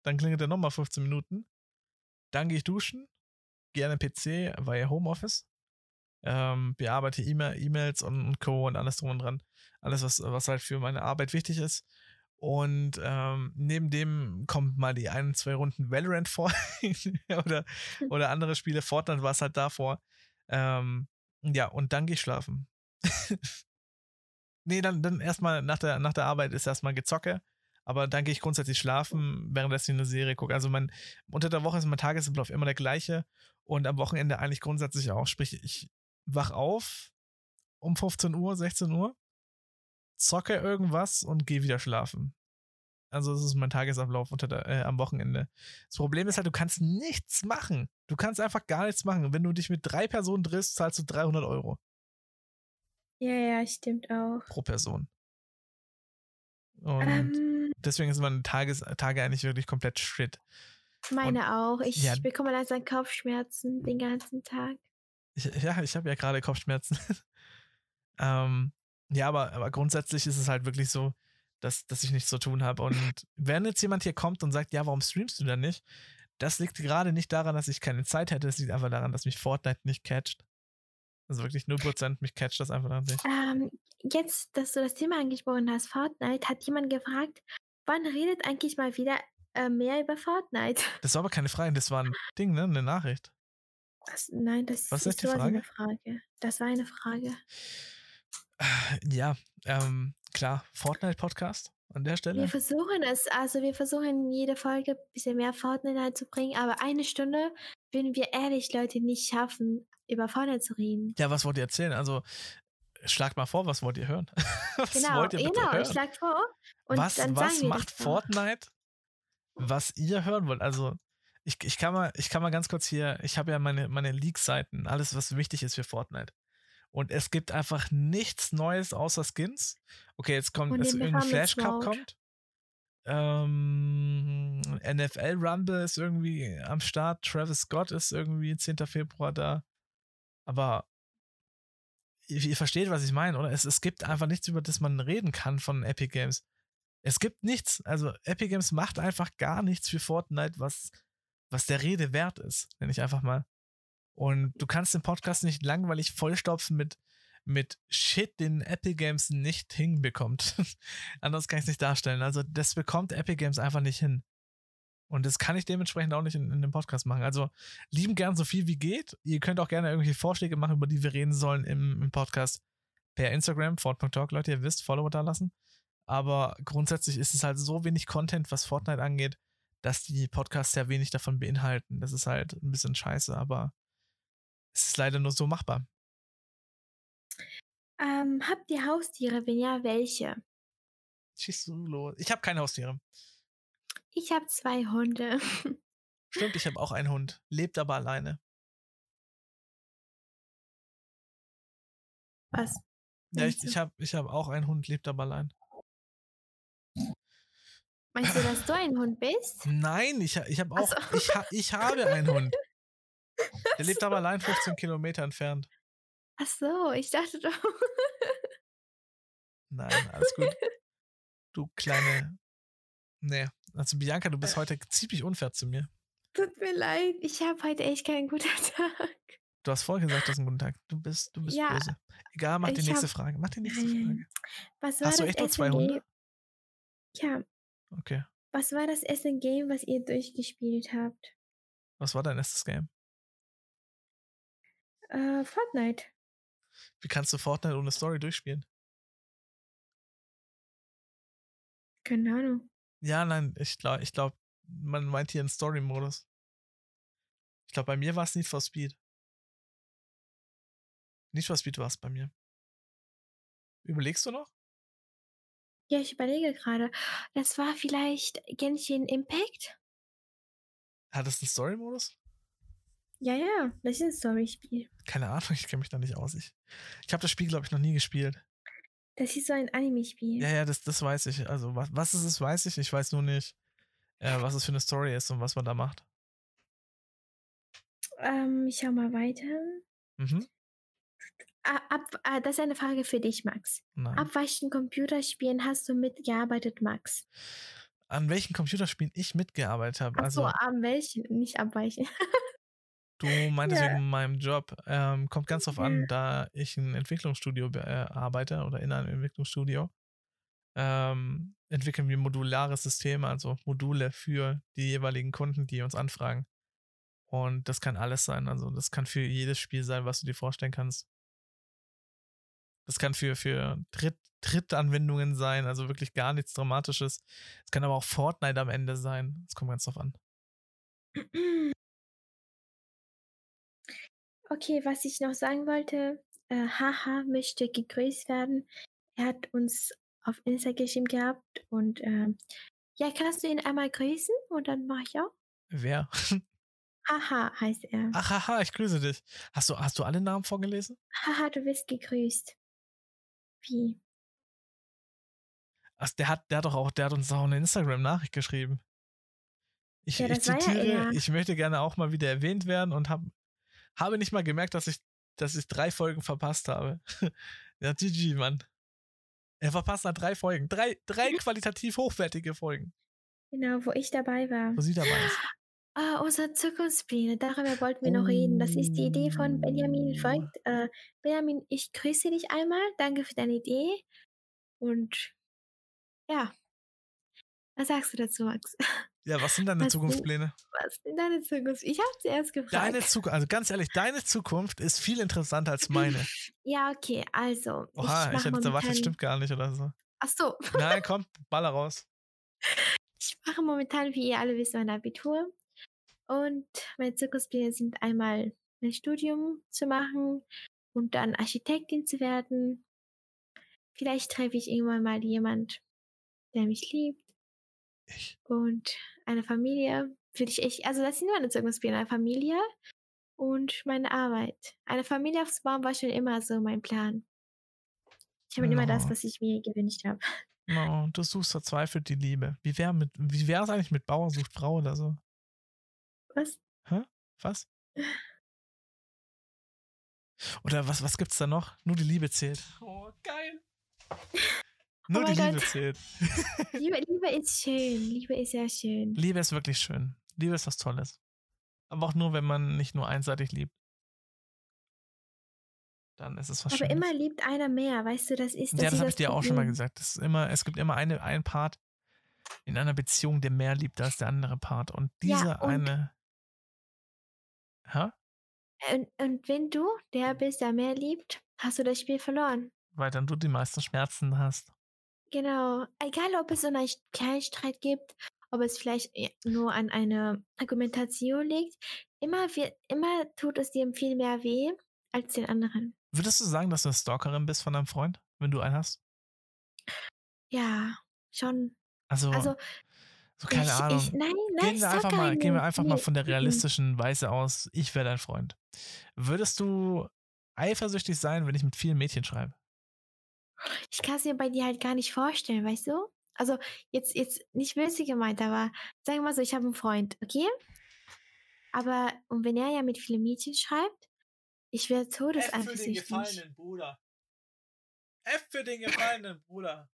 Speaker 1: Dann klingelt er nochmal 15 Minuten. Dann gehe ich duschen, gehe an den PC, weil ja Homeoffice. Ähm, bearbeite E-Mail- E-Mails und, und Co. und alles drum und dran alles, was, was halt für meine Arbeit wichtig ist. Und ähm, neben dem kommt mal die ein, zwei Runden Valorant vor *laughs* oder, oder andere Spiele. Fortnite war es halt davor. Ähm, ja, und dann gehe ich schlafen. *laughs* nee, dann, dann erstmal nach der, nach der Arbeit ist erstmal gezocke. Aber dann gehe ich grundsätzlich schlafen, währenddessen ich eine Serie gucke. Also mein, unter der Woche ist mein Tagesablauf immer der gleiche und am Wochenende eigentlich grundsätzlich auch. Sprich, ich wach auf um 15 Uhr, 16 Uhr zocke irgendwas und gehe wieder schlafen. Also das ist mein Tagesablauf unter der, äh, am Wochenende. Das Problem ist halt, du kannst nichts machen. Du kannst einfach gar nichts machen. Wenn du dich mit drei Personen triffst, zahlst du 300 Euro
Speaker 2: ja, ja, stimmt auch.
Speaker 1: pro Person. Und
Speaker 2: Ähm,
Speaker 1: deswegen sind meine Tages Tage eigentlich wirklich komplett shit.
Speaker 2: meine auch. Ich
Speaker 1: ja.
Speaker 2: bekomme langsam Kopfschmerzen den ganzen Tag.
Speaker 1: Ich, ja, ich habe ja gerade Kopfschmerzen. *laughs* ähm, ja, aber, aber grundsätzlich ist es halt wirklich so, dass, dass ich nichts zu tun habe.
Speaker 2: *laughs*
Speaker 1: Und wenn jetzt jemand hier kommt und sagt, ja, warum streamst du denn nicht? Das liegt gerade nicht daran, dass ich keine Zeit hätte. Das liegt einfach daran, dass mich Fortnite nicht catcht. Also wirklich 0% mich catcht das einfach daran nicht.
Speaker 2: Ähm, jetzt, dass du das Thema angesprochen hast, Fortnite, hat jemand gefragt, wann redet eigentlich mal wieder äh, mehr über Fortnite?
Speaker 1: Das war aber keine Frage, das war ein Ding, ne? Eine Nachricht.
Speaker 2: Das, nein, das
Speaker 1: Was ist
Speaker 2: nicht
Speaker 1: die
Speaker 2: sowas wie eine Frage. Das war eine Frage.
Speaker 1: Ja, ähm, klar, Fortnite-Podcast an der
Speaker 2: Wir
Speaker 1: Stelle.
Speaker 2: versuchen es, also wir versuchen jede Folge ein bisschen mehr Fortnite reinzubringen, aber eine Stunde würden wir ehrlich, Leute, nicht schaffen, über Fortnite zu reden.
Speaker 1: Ja, was wollt ihr erzählen? Also, schlagt mal vor, was wollt ihr hören? *laughs* was wollt ihr bitte
Speaker 2: genau,
Speaker 1: hören?
Speaker 2: ich schlag vor. Und
Speaker 1: was
Speaker 2: dann
Speaker 1: was
Speaker 2: sagen wir
Speaker 1: macht
Speaker 2: das auch.
Speaker 1: Fortnite, was ihr hören wollt? Also, ich, ich, kann, mal, ich kann mal ganz kurz hier, ich habe ja meine, meine Leak-Seiten, alles, was wichtig ist für Fortnite. Und es gibt einfach nichts Neues außer Skins. Okay, jetzt kommt
Speaker 2: Und
Speaker 1: es
Speaker 2: den
Speaker 1: irgendein
Speaker 2: Performance
Speaker 1: Flash Cup
Speaker 2: Mode.
Speaker 1: kommt. Ähm, NFL Rumble ist irgendwie am Start. Travis Scott ist irgendwie 10. Februar da. Aber ihr, ihr versteht, was ich meine, oder? Es, es gibt einfach nichts, über das man reden kann von Epic Games. Es gibt nichts. Also Epic Games macht einfach gar nichts für Fortnite, was, was der Rede wert ist, nenne ich einfach mal. Und du kannst den Podcast nicht langweilig vollstopfen mit, mit Shit, den Epic Games nicht hinbekommt. *laughs* Anders kann ich es nicht darstellen. Also das bekommt Epic Games einfach nicht hin. Und das kann ich dementsprechend auch nicht in, in dem Podcast machen. Also lieben gern so viel wie geht. Ihr könnt auch gerne irgendwelche Vorschläge machen, über die wir reden sollen im, im Podcast per Instagram, fort.talk. Leute, ihr wisst, Follow da lassen. Aber grundsätzlich ist es halt so wenig Content, was Fortnite angeht, dass die Podcasts sehr wenig davon beinhalten. Das ist halt ein bisschen scheiße, aber es ist leider nur so machbar.
Speaker 2: Ähm, habt ihr Haustiere? Wenn ja, welche?
Speaker 1: Schießt du los. Ich habe keine Haustiere.
Speaker 2: Ich habe zwei Hunde. *laughs*
Speaker 1: Stimmt, ich habe auch einen Hund, lebt aber alleine.
Speaker 2: Was?
Speaker 1: Ja, ich,
Speaker 2: Meinst du-
Speaker 1: ich habe ich hab auch einen Hund, lebt aber allein.
Speaker 2: Meinst du, dass du ein
Speaker 1: *laughs*
Speaker 2: Hund bist?
Speaker 1: Nein, ich, ha- ich habe auch,
Speaker 2: Ach so.
Speaker 1: ich, ha, ich habe einen
Speaker 2: *laughs*
Speaker 1: Hund. Der lebt aber allein 15 Kilometer entfernt.
Speaker 2: Ach so, ich dachte doch. *laughs*
Speaker 1: Nein, alles gut. Du kleine. Nee, also Bianca, du bist heute ziemlich unfair zu mir.
Speaker 2: Tut mir leid, ich habe heute echt keinen guten *laughs* Tag.
Speaker 1: Du hast vorher gesagt, das ist ein guten Tag. Du bist, du bist
Speaker 2: Ja,
Speaker 1: böse. Egal, mach die
Speaker 2: ich
Speaker 1: nächste
Speaker 2: hab-
Speaker 1: Frage. Mach die nächste Frage.
Speaker 2: Nein. Was war
Speaker 1: Hast du
Speaker 2: das
Speaker 1: echt nur zwei Hunde?
Speaker 2: Essen-Game? Ja,
Speaker 1: Okay.
Speaker 2: was war das Essen-Game, was ihr durchgespielt habt?
Speaker 1: Was war dein erstes Game?
Speaker 2: Äh, Fortnite.
Speaker 1: Wie kannst du Fortnite ohne Story durchspielen?
Speaker 2: Keine Ahnung.
Speaker 1: Ja, nein, ich glaube, ich glaub, man meint hier einen Story-Modus. Ich glaube, bei mir war es Need for Speed. Need for Speed war es bei mir. Überlegst du noch?
Speaker 2: Ja, ich überlege gerade. Das war vielleicht Genshin Impact?
Speaker 1: Hat es einen Story-Modus?
Speaker 2: Ja, ja, das ist ein Story-Spiel.
Speaker 1: Keine Ahnung, *laughs* ich kenne mich da nicht aus. Ich, ich habe das Spiel, glaube ich, noch nie gespielt.
Speaker 2: Das ist so ein Anime-Spiel.
Speaker 1: Ja, ja, das, das weiß ich. Also, was, was es ist, weiß ich. Ich weiß nur nicht, äh, was es für eine Story ist und was man da macht.
Speaker 2: Ähm, ich schau mal weiter.
Speaker 1: Mhm.
Speaker 2: Ah, Ab, ah, das ist eine Frage für dich, Max.
Speaker 1: Nein.
Speaker 2: Abweichend Computerspielen hast du mitgearbeitet, Max.
Speaker 1: An welchen Computerspielen ich mitgearbeitet habe.
Speaker 2: Achso,
Speaker 1: Also,
Speaker 2: an welchen? Nicht abweichen. *laughs*
Speaker 1: du meintest
Speaker 2: Ja.
Speaker 1: wegen meinem Job. Ähm, kommt ganz drauf an,
Speaker 2: Ja.
Speaker 1: da ich ein Entwicklungsstudio be- äh, arbeite oder in einem Entwicklungsstudio, ähm, entwickeln wir modulare Systeme, also Module für die jeweiligen Kunden, die uns anfragen. Und das kann alles sein. Also, das kann für jedes Spiel sein, was du dir vorstellen kannst. Das kann für, für Dritt, Drittanwendungen sein, also wirklich gar nichts Dramatisches. Es kann aber auch Fortnite am Ende sein. Das kommt ganz drauf an.
Speaker 2: Okay, was ich noch sagen wollte, äh, Haha möchte gegrüßt werden. Er hat uns auf Insta geschrieben gehabt und ähm, ja, kannst du ihn einmal grüßen und dann mache ich auch.
Speaker 1: Wer?
Speaker 2: Haha heißt er.
Speaker 1: Ach, haha, ich grüße dich. Hast du, hast du alle Namen vorgelesen?
Speaker 2: Haha, du wirst gegrüßt. Wie?
Speaker 1: Ach, der hat, der hat doch auch, der hat uns auch eine Instagram-Nachricht geschrieben. Ich,
Speaker 2: Ja,
Speaker 1: ich
Speaker 2: das war ja
Speaker 1: zitiere,
Speaker 2: er.
Speaker 1: ich möchte gerne auch mal wieder erwähnt werden und hab, habe nicht mal gemerkt, dass ich, dass ich drei Folgen verpasst habe. *laughs* ja, GG, Mann. Er verpasst nach drei Folgen. Drei,
Speaker 2: *laughs*
Speaker 1: drei qualitativ hochwertige Folgen,
Speaker 2: Genau, wo ich dabei war.
Speaker 1: wo sie dabei ist.
Speaker 2: Ah, unsere Zukunftspläne, darüber wollten wir noch reden. Das ist die Idee von Benjamin
Speaker 1: Oh.
Speaker 2: folgt. Äh, Benjamin, ich grüße dich einmal. Danke für deine Idee. Und ja. Was sagst du dazu, Max? *laughs*
Speaker 1: Ja, was sind deine
Speaker 2: Was sind-
Speaker 1: Zukunftspläne?
Speaker 2: Was sind deine Zukunft? Ich habe zuerst gefragt.
Speaker 1: Deine Zukunft, also ganz ehrlich, deine Zukunft ist viel interessanter als
Speaker 2: *laughs*
Speaker 1: meine.
Speaker 2: ja, okay, also.
Speaker 1: Oha, ich,
Speaker 2: mach
Speaker 1: hätte jetzt erwartet,
Speaker 2: momentan-
Speaker 1: stimmt gar nicht oder so.
Speaker 2: Ach so,
Speaker 1: Nein, komm, Baller raus.
Speaker 2: Ich mache momentan, wie ihr alle wisst, mein Abitur. Und meine Zukunftspläne sind einmal ein Studium zu machen und dann Architektin zu werden. Vielleicht treffe ich irgendwann mal jemand, der mich liebt
Speaker 1: Ich.
Speaker 2: und eine Familie. Würde ich echt, also das sind meine Zukunftspläne, eine Familie und meine Arbeit. Eine Familie aufzubauen war schon immer so mein Plan. Ich habe immer das,
Speaker 1: Ja.
Speaker 2: was ich mir gewünscht habe.
Speaker 1: No, du suchst verzweifelt die Liebe. Wie wäre mit, wie wäre es eigentlich mit Bauer sucht Frau oder so?
Speaker 2: Was?
Speaker 1: Was? Oder was, was gibt's da noch? Nur die Liebe zählt. Oh, geil. Nur die
Speaker 2: Oh mein
Speaker 1: Liebe
Speaker 2: Gott.
Speaker 1: zählt.
Speaker 2: Liebe, Liebe ist schön. Liebe ist sehr schön.
Speaker 1: Liebe ist wirklich schön. Liebe ist was Tolles. Aber auch nur, wenn man nicht nur einseitig liebt. Dann ist es was
Speaker 2: Aber
Speaker 1: Schönes.
Speaker 2: immer liebt einer mehr, weißt du, das ist
Speaker 1: ja, das
Speaker 2: ist
Speaker 1: habe ich dir auch schon mal
Speaker 2: Problem.
Speaker 1: gesagt. Das ist immer, es gibt immer eine, einen Part in einer Beziehung, der mehr liebt als der andere Part. Und
Speaker 2: Ja,
Speaker 1: dieser
Speaker 2: und-
Speaker 1: eine. Hä?
Speaker 2: Und, und wenn du der bist, der mehr liebt, hast du das Spiel verloren.
Speaker 1: Weil dann du die meisten Schmerzen hast.
Speaker 2: Genau. Egal, ob es so einen kleinen Streit gibt, ob es vielleicht eh, nur an einer Argumentation liegt, immer, wir, immer tut es dir viel mehr weh als den anderen.
Speaker 1: Würdest du sagen, dass du eine Stalkerin bist von deinem Freund, wenn du einen hast?
Speaker 2: Ja, schon.
Speaker 1: Also,
Speaker 2: Also,
Speaker 1: so keine
Speaker 2: ich,
Speaker 1: Ahnung.
Speaker 2: Ich, nein, nein,
Speaker 1: gehen, wir
Speaker 2: sag
Speaker 1: einfach mal,
Speaker 2: keinen.
Speaker 1: gehen wir einfach mal
Speaker 2: Nee,
Speaker 1: von der
Speaker 2: mhm.
Speaker 1: realistischen Weise aus, ich wäre dein Freund. Würdest du eifersüchtig sein, wenn ich mit vielen Mädchen schreibe?
Speaker 2: ich kann es mir bei dir halt gar nicht vorstellen, weißt du? Also jetzt, jetzt nicht böse gemeint, aber sagen wir mal so, ich habe einen Freund, okay? Aber und wenn er ja mit vielen Mädchen schreibt, ich wäre todeseifersüchtig.
Speaker 1: Bruder. F für den gefallenen Bruder.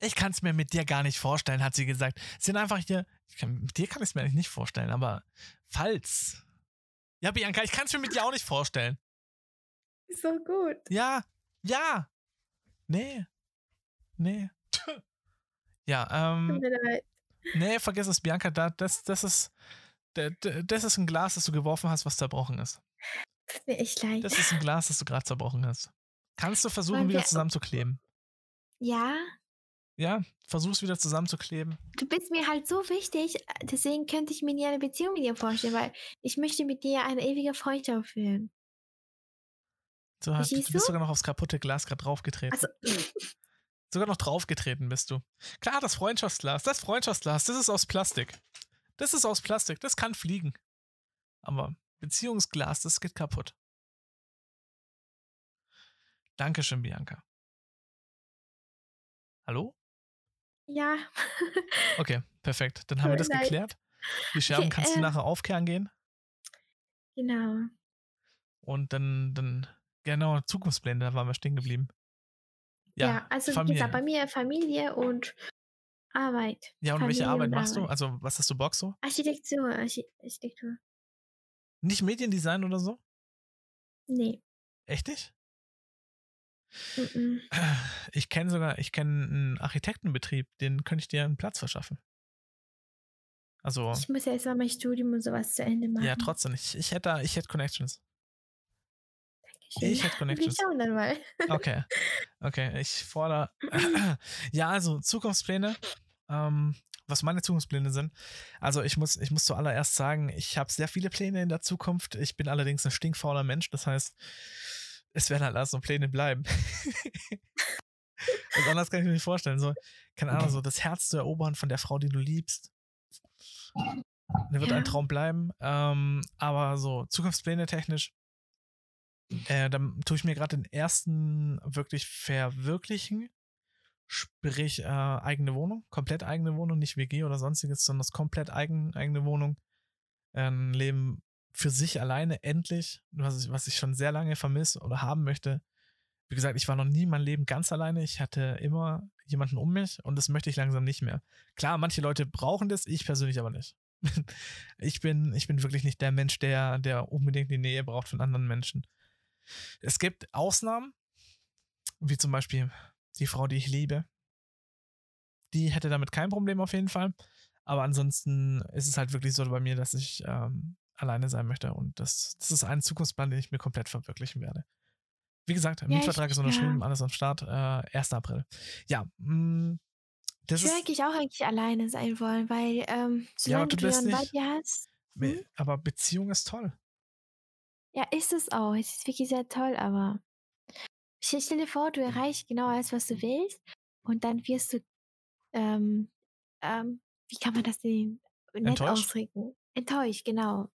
Speaker 1: Ich kann es mir mit dir gar nicht vorstellen, hat sie gesagt. Sie sind einfach hier. Ich kann, mit dir kann ich es mir eigentlich nicht vorstellen, aber falls. Ja, Bianca, ich kann es mir mit dir auch nicht vorstellen.
Speaker 2: So gut.
Speaker 1: Ja, ja. Nee. *laughs* Nee. Ja, ähm.
Speaker 2: Tut mir leid.
Speaker 1: Nee, vergiss es, Bianca. Da, das, das, ist, da, da- das ist ein Glas, das du geworfen hast, was zerbrochen ist.
Speaker 2: Tut mir echt leid.
Speaker 1: Das ist ein Glas,
Speaker 2: oh.
Speaker 1: das du gerade zerbrochen hast. Kannst du versuchen,
Speaker 2: Wollen
Speaker 1: wieder
Speaker 2: wir-
Speaker 1: zusammenzukleben?
Speaker 2: ja,
Speaker 1: Ja, versuch's wieder zusammenzukleben.
Speaker 2: Du bist mir halt so wichtig, deswegen könnte ich mir nie eine Beziehung mit dir vorstellen, weil ich möchte mit dir eine ewige Freundschaft führen.
Speaker 1: So, du
Speaker 2: Siehst
Speaker 1: bist
Speaker 2: du?
Speaker 1: sogar noch aufs kaputte Glas gerade draufgetreten. *clears throat*
Speaker 2: Also,
Speaker 1: Sogar noch draufgetreten bist du. Klar, das Freundschaftsglas, das Freundschaftsglas, das ist aus Plastik. Das ist aus Plastik, das kann fliegen. Aber Beziehungsglas, das geht kaputt. Dankeschön, Bianca. Hallo?
Speaker 2: ja.
Speaker 1: Okay, perfekt. Dann haben wir das
Speaker 2: Tut mir leid.
Speaker 1: geklärt. Die Scherben
Speaker 2: Okay,
Speaker 1: kannst du
Speaker 2: ähm,
Speaker 1: nachher aufkehren gehen
Speaker 2: Genau.
Speaker 1: und dann, dann genau, Zukunftspläne, da waren wir stehen geblieben.
Speaker 2: Ja,
Speaker 1: Ja,
Speaker 2: also wie
Speaker 1: Familie.
Speaker 2: gesagt, bei mir Familie und Arbeit.
Speaker 1: ja und welche
Speaker 2: Familie
Speaker 1: Arbeit machst du? Also, was hast du Bock so?
Speaker 2: Architektur, Archi Architektur.
Speaker 1: Nicht Mediendesign oder so?
Speaker 2: Nee.
Speaker 1: Echt nicht? *sighs*
Speaker 2: Mm -mm.
Speaker 1: Ich kenne sogar, ich kenne einen Architektenbetrieb, den könnte ich dir einen Platz verschaffen. Also,
Speaker 2: Ich muss ja erst mal mein Studium und sowas zu Ende machen.
Speaker 1: ja, trotzdem, ich, ich hätte da- ich hätte Connections.
Speaker 2: Dankeschön. *laughs*
Speaker 1: Ich hätte
Speaker 2: Wir
Speaker 1: Connections.
Speaker 2: schauen dann mal.
Speaker 1: Okay. Okay, ich fordere. *clears throat* ja, also Zukunftspläne. Ähm, was meine Zukunftspläne sind. Also ich muss, ich muss zuallererst sagen, ich habe sehr viele Pläne in der Zukunft. Ich bin allerdings ein stinkfauler Mensch. Das heißt, es werden halt alles nur Pläne bleiben. Was anders kann ich mir nicht vorstellen. So, keine Ahnung, so das Herz zu erobern von der Frau, die du liebst. Da wird
Speaker 2: Ja.
Speaker 1: ein Traum bleiben. Ähm, aber so Zukunftspläne technisch, äh, dann tue ich mir gerade den ersten wirklich verwirklichen. Sprich, äh, eigene Wohnung, komplett eigene Wohnung, nicht WG oder sonstiges, sondern das komplett eigen, eigene Wohnung. Ein Leben für sich alleine, endlich, was ich, was ich schon sehr lange vermisse oder haben möchte. Wie gesagt, ich war noch nie in meinem Leben ganz alleine. Ich hatte immer jemanden um mich und das möchte ich langsam nicht mehr. Klar, manche Leute brauchen das, ich persönlich aber nicht. *laughs* Ich bin, ich bin wirklich nicht der Mensch, der, der unbedingt die Nähe braucht von anderen Menschen. Es gibt Ausnahmen, wie zum Beispiel die Frau, die ich liebe. Die hätte damit kein Problem auf jeden Fall. Aber ansonsten ist es halt wirklich so bei mir, dass ich ähm, alleine sein möchte. Und das, das ist ein Zukunftsplan, den ich mir komplett verwirklichen werde. Wie gesagt,
Speaker 2: ich-
Speaker 1: Mietvertrag ist unterschrieben,
Speaker 2: ja.
Speaker 1: alles am Start. Äh, 1. April. Ja, mh, das
Speaker 2: Ich würde
Speaker 1: ist.
Speaker 2: eigentlich auch eigentlich alleine sein wollen, weil ähm,
Speaker 1: Ja, aber
Speaker 2: solange
Speaker 1: du
Speaker 2: du
Speaker 1: bist
Speaker 2: jemanden bei
Speaker 1: nicht-
Speaker 2: dir hast,
Speaker 1: Me- Aber Beziehung ist toll.
Speaker 2: ja, ist es auch. Es ist wirklich sehr toll, aber ich stell dir vor, du erreichst genau alles, was du willst und dann wirst du, ähm, ähm, wie kann man das denn nett
Speaker 1: Enttäuscht?
Speaker 2: ausdrücken? Enttäuscht, genau.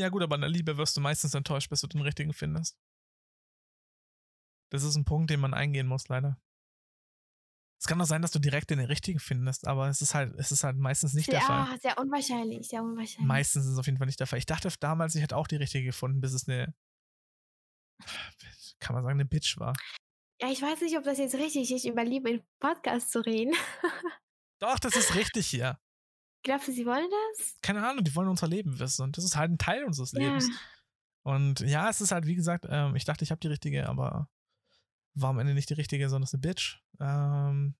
Speaker 1: Ja, gut, aber in der Liebe wirst du meistens enttäuscht, bis du den richtigen findest. Das ist ein Punkt, den man eingehen muss, leider. Es kann auch sein, dass du direkt den richtigen findest, aber es ist halt, es ist halt meistens nicht
Speaker 2: sehr,
Speaker 1: der Fall.
Speaker 2: ah, sehr unwahrscheinlich, sehr unwahrscheinlich.
Speaker 1: Meistens ist es auf jeden Fall nicht der Fall. Ich dachte damals, ich hätte auch die richtige gefunden, bis es eine, *sighs* kann man sagen, eine Bitch war.
Speaker 2: ja, ich weiß nicht, ob das jetzt richtig ist, über Liebe im Podcast zu reden. *laughs*
Speaker 1: Doch, das ist richtig hier.
Speaker 2: Glaubst du, sie wollen das?
Speaker 1: Keine Ahnung, die wollen unser Leben wissen und das ist halt ein Teil unseres
Speaker 2: Ja.
Speaker 1: Lebens. Und ja, es ist halt, wie gesagt, ähm, ich dachte, ich habe die richtige, aber war am Ende nicht die richtige, sondern es ist eine Bitch. Ähm,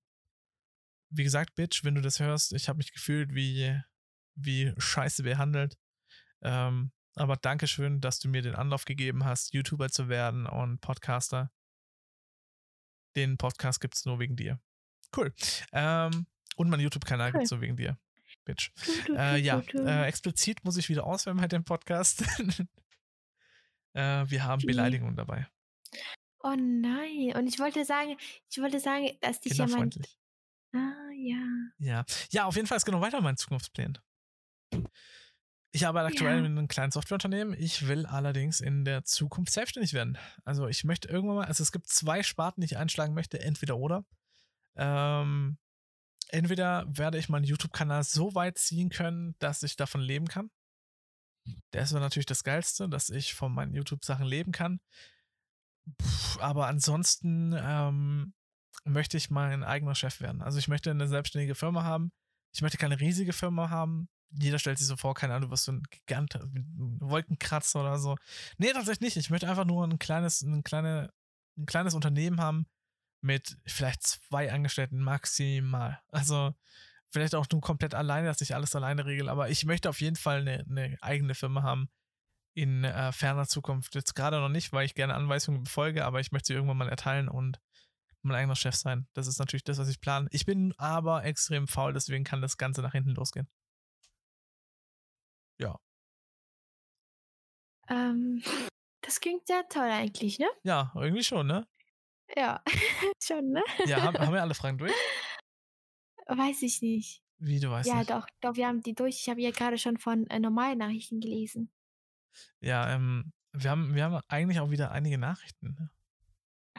Speaker 1: wie gesagt, Bitch, wenn du das hörst, ich habe mich gefühlt wie, wie scheiße behandelt. Ähm, aber Dankeschön, dass du mir den Anlauf gegeben hast, YouTuber zu werden und Podcaster. Den Podcast gibt es nur wegen dir. Cool. Ähm, und meinen YouTube-Kanal
Speaker 2: Cool.
Speaker 1: gibt es nur wegen dir. Bitch.
Speaker 2: Du, du,
Speaker 1: Äh,
Speaker 2: du,
Speaker 1: ja,
Speaker 2: du, du.
Speaker 1: äh, explizit muss ich wieder auswählen bei dem Podcast. *laughs* äh, wir haben
Speaker 2: Die-
Speaker 1: Beleidigungen dabei.
Speaker 2: oh nein. Und ich wollte sagen, ich wollte sagen, dass dich ja mein.
Speaker 1: Kinderfreundlich.
Speaker 2: Ah, ja.
Speaker 1: Ja. ja, auf jeden Fall ist genau weiter mein Zukunftsplan. Ich arbeite aktuell
Speaker 2: Ja.
Speaker 1: in einem kleinen Softwareunternehmen. Ich will allerdings in der Zukunft selbstständig werden. Also ich möchte irgendwann mal, also es gibt zwei Sparten, die ich einschlagen möchte, entweder oder. Ähm, entweder werde ich meinen YouTube-Kanal so weit ziehen können, dass ich davon leben kann. Das wäre natürlich das Geilste, dass ich von meinen YouTube-Sachen leben kann. Puh, aber ansonsten ähm, möchte ich mein eigener Chef werden. Also ich möchte eine selbstständige Firma haben. Ich möchte keine riesige Firma haben. Jeder stellt sich so vor, keine Ahnung, du wirst so ein Gigant, ein Wolkenkratzer oder so. Nee, tatsächlich nicht. Ich möchte einfach nur ein kleines, ein, kleine, ein kleines Unternehmen haben mit vielleicht zwei Angestellten maximal. Also vielleicht auch nur komplett alleine, dass ich alles alleine regel. Aber ich möchte auf jeden Fall eine, eine eigene Firma haben in äh, ferner Zukunft. Jetzt gerade noch nicht, weil ich gerne Anweisungen befolge, aber ich möchte sie irgendwann mal erteilen und mein eigener Chef sein. Das ist natürlich das, was ich plane. Ich bin aber extrem faul, deswegen kann das Ganze nach hinten losgehen.
Speaker 2: Ähm, *laughs* das klingt sehr toll eigentlich, ne?
Speaker 1: Ja, irgendwie schon, ne?
Speaker 2: Ja, *laughs* schon, ne?
Speaker 1: Ja, haben, haben wir alle Fragen durch?
Speaker 2: Weiß ich nicht.
Speaker 1: Wie du weißt.
Speaker 2: ja,
Speaker 1: nicht.
Speaker 2: doch, doch, wir haben die durch. Ich habe ja gerade schon von äh, normalen Nachrichten gelesen.
Speaker 1: Ja, ähm, wir haben, wir haben eigentlich auch wieder einige Nachrichten. ne?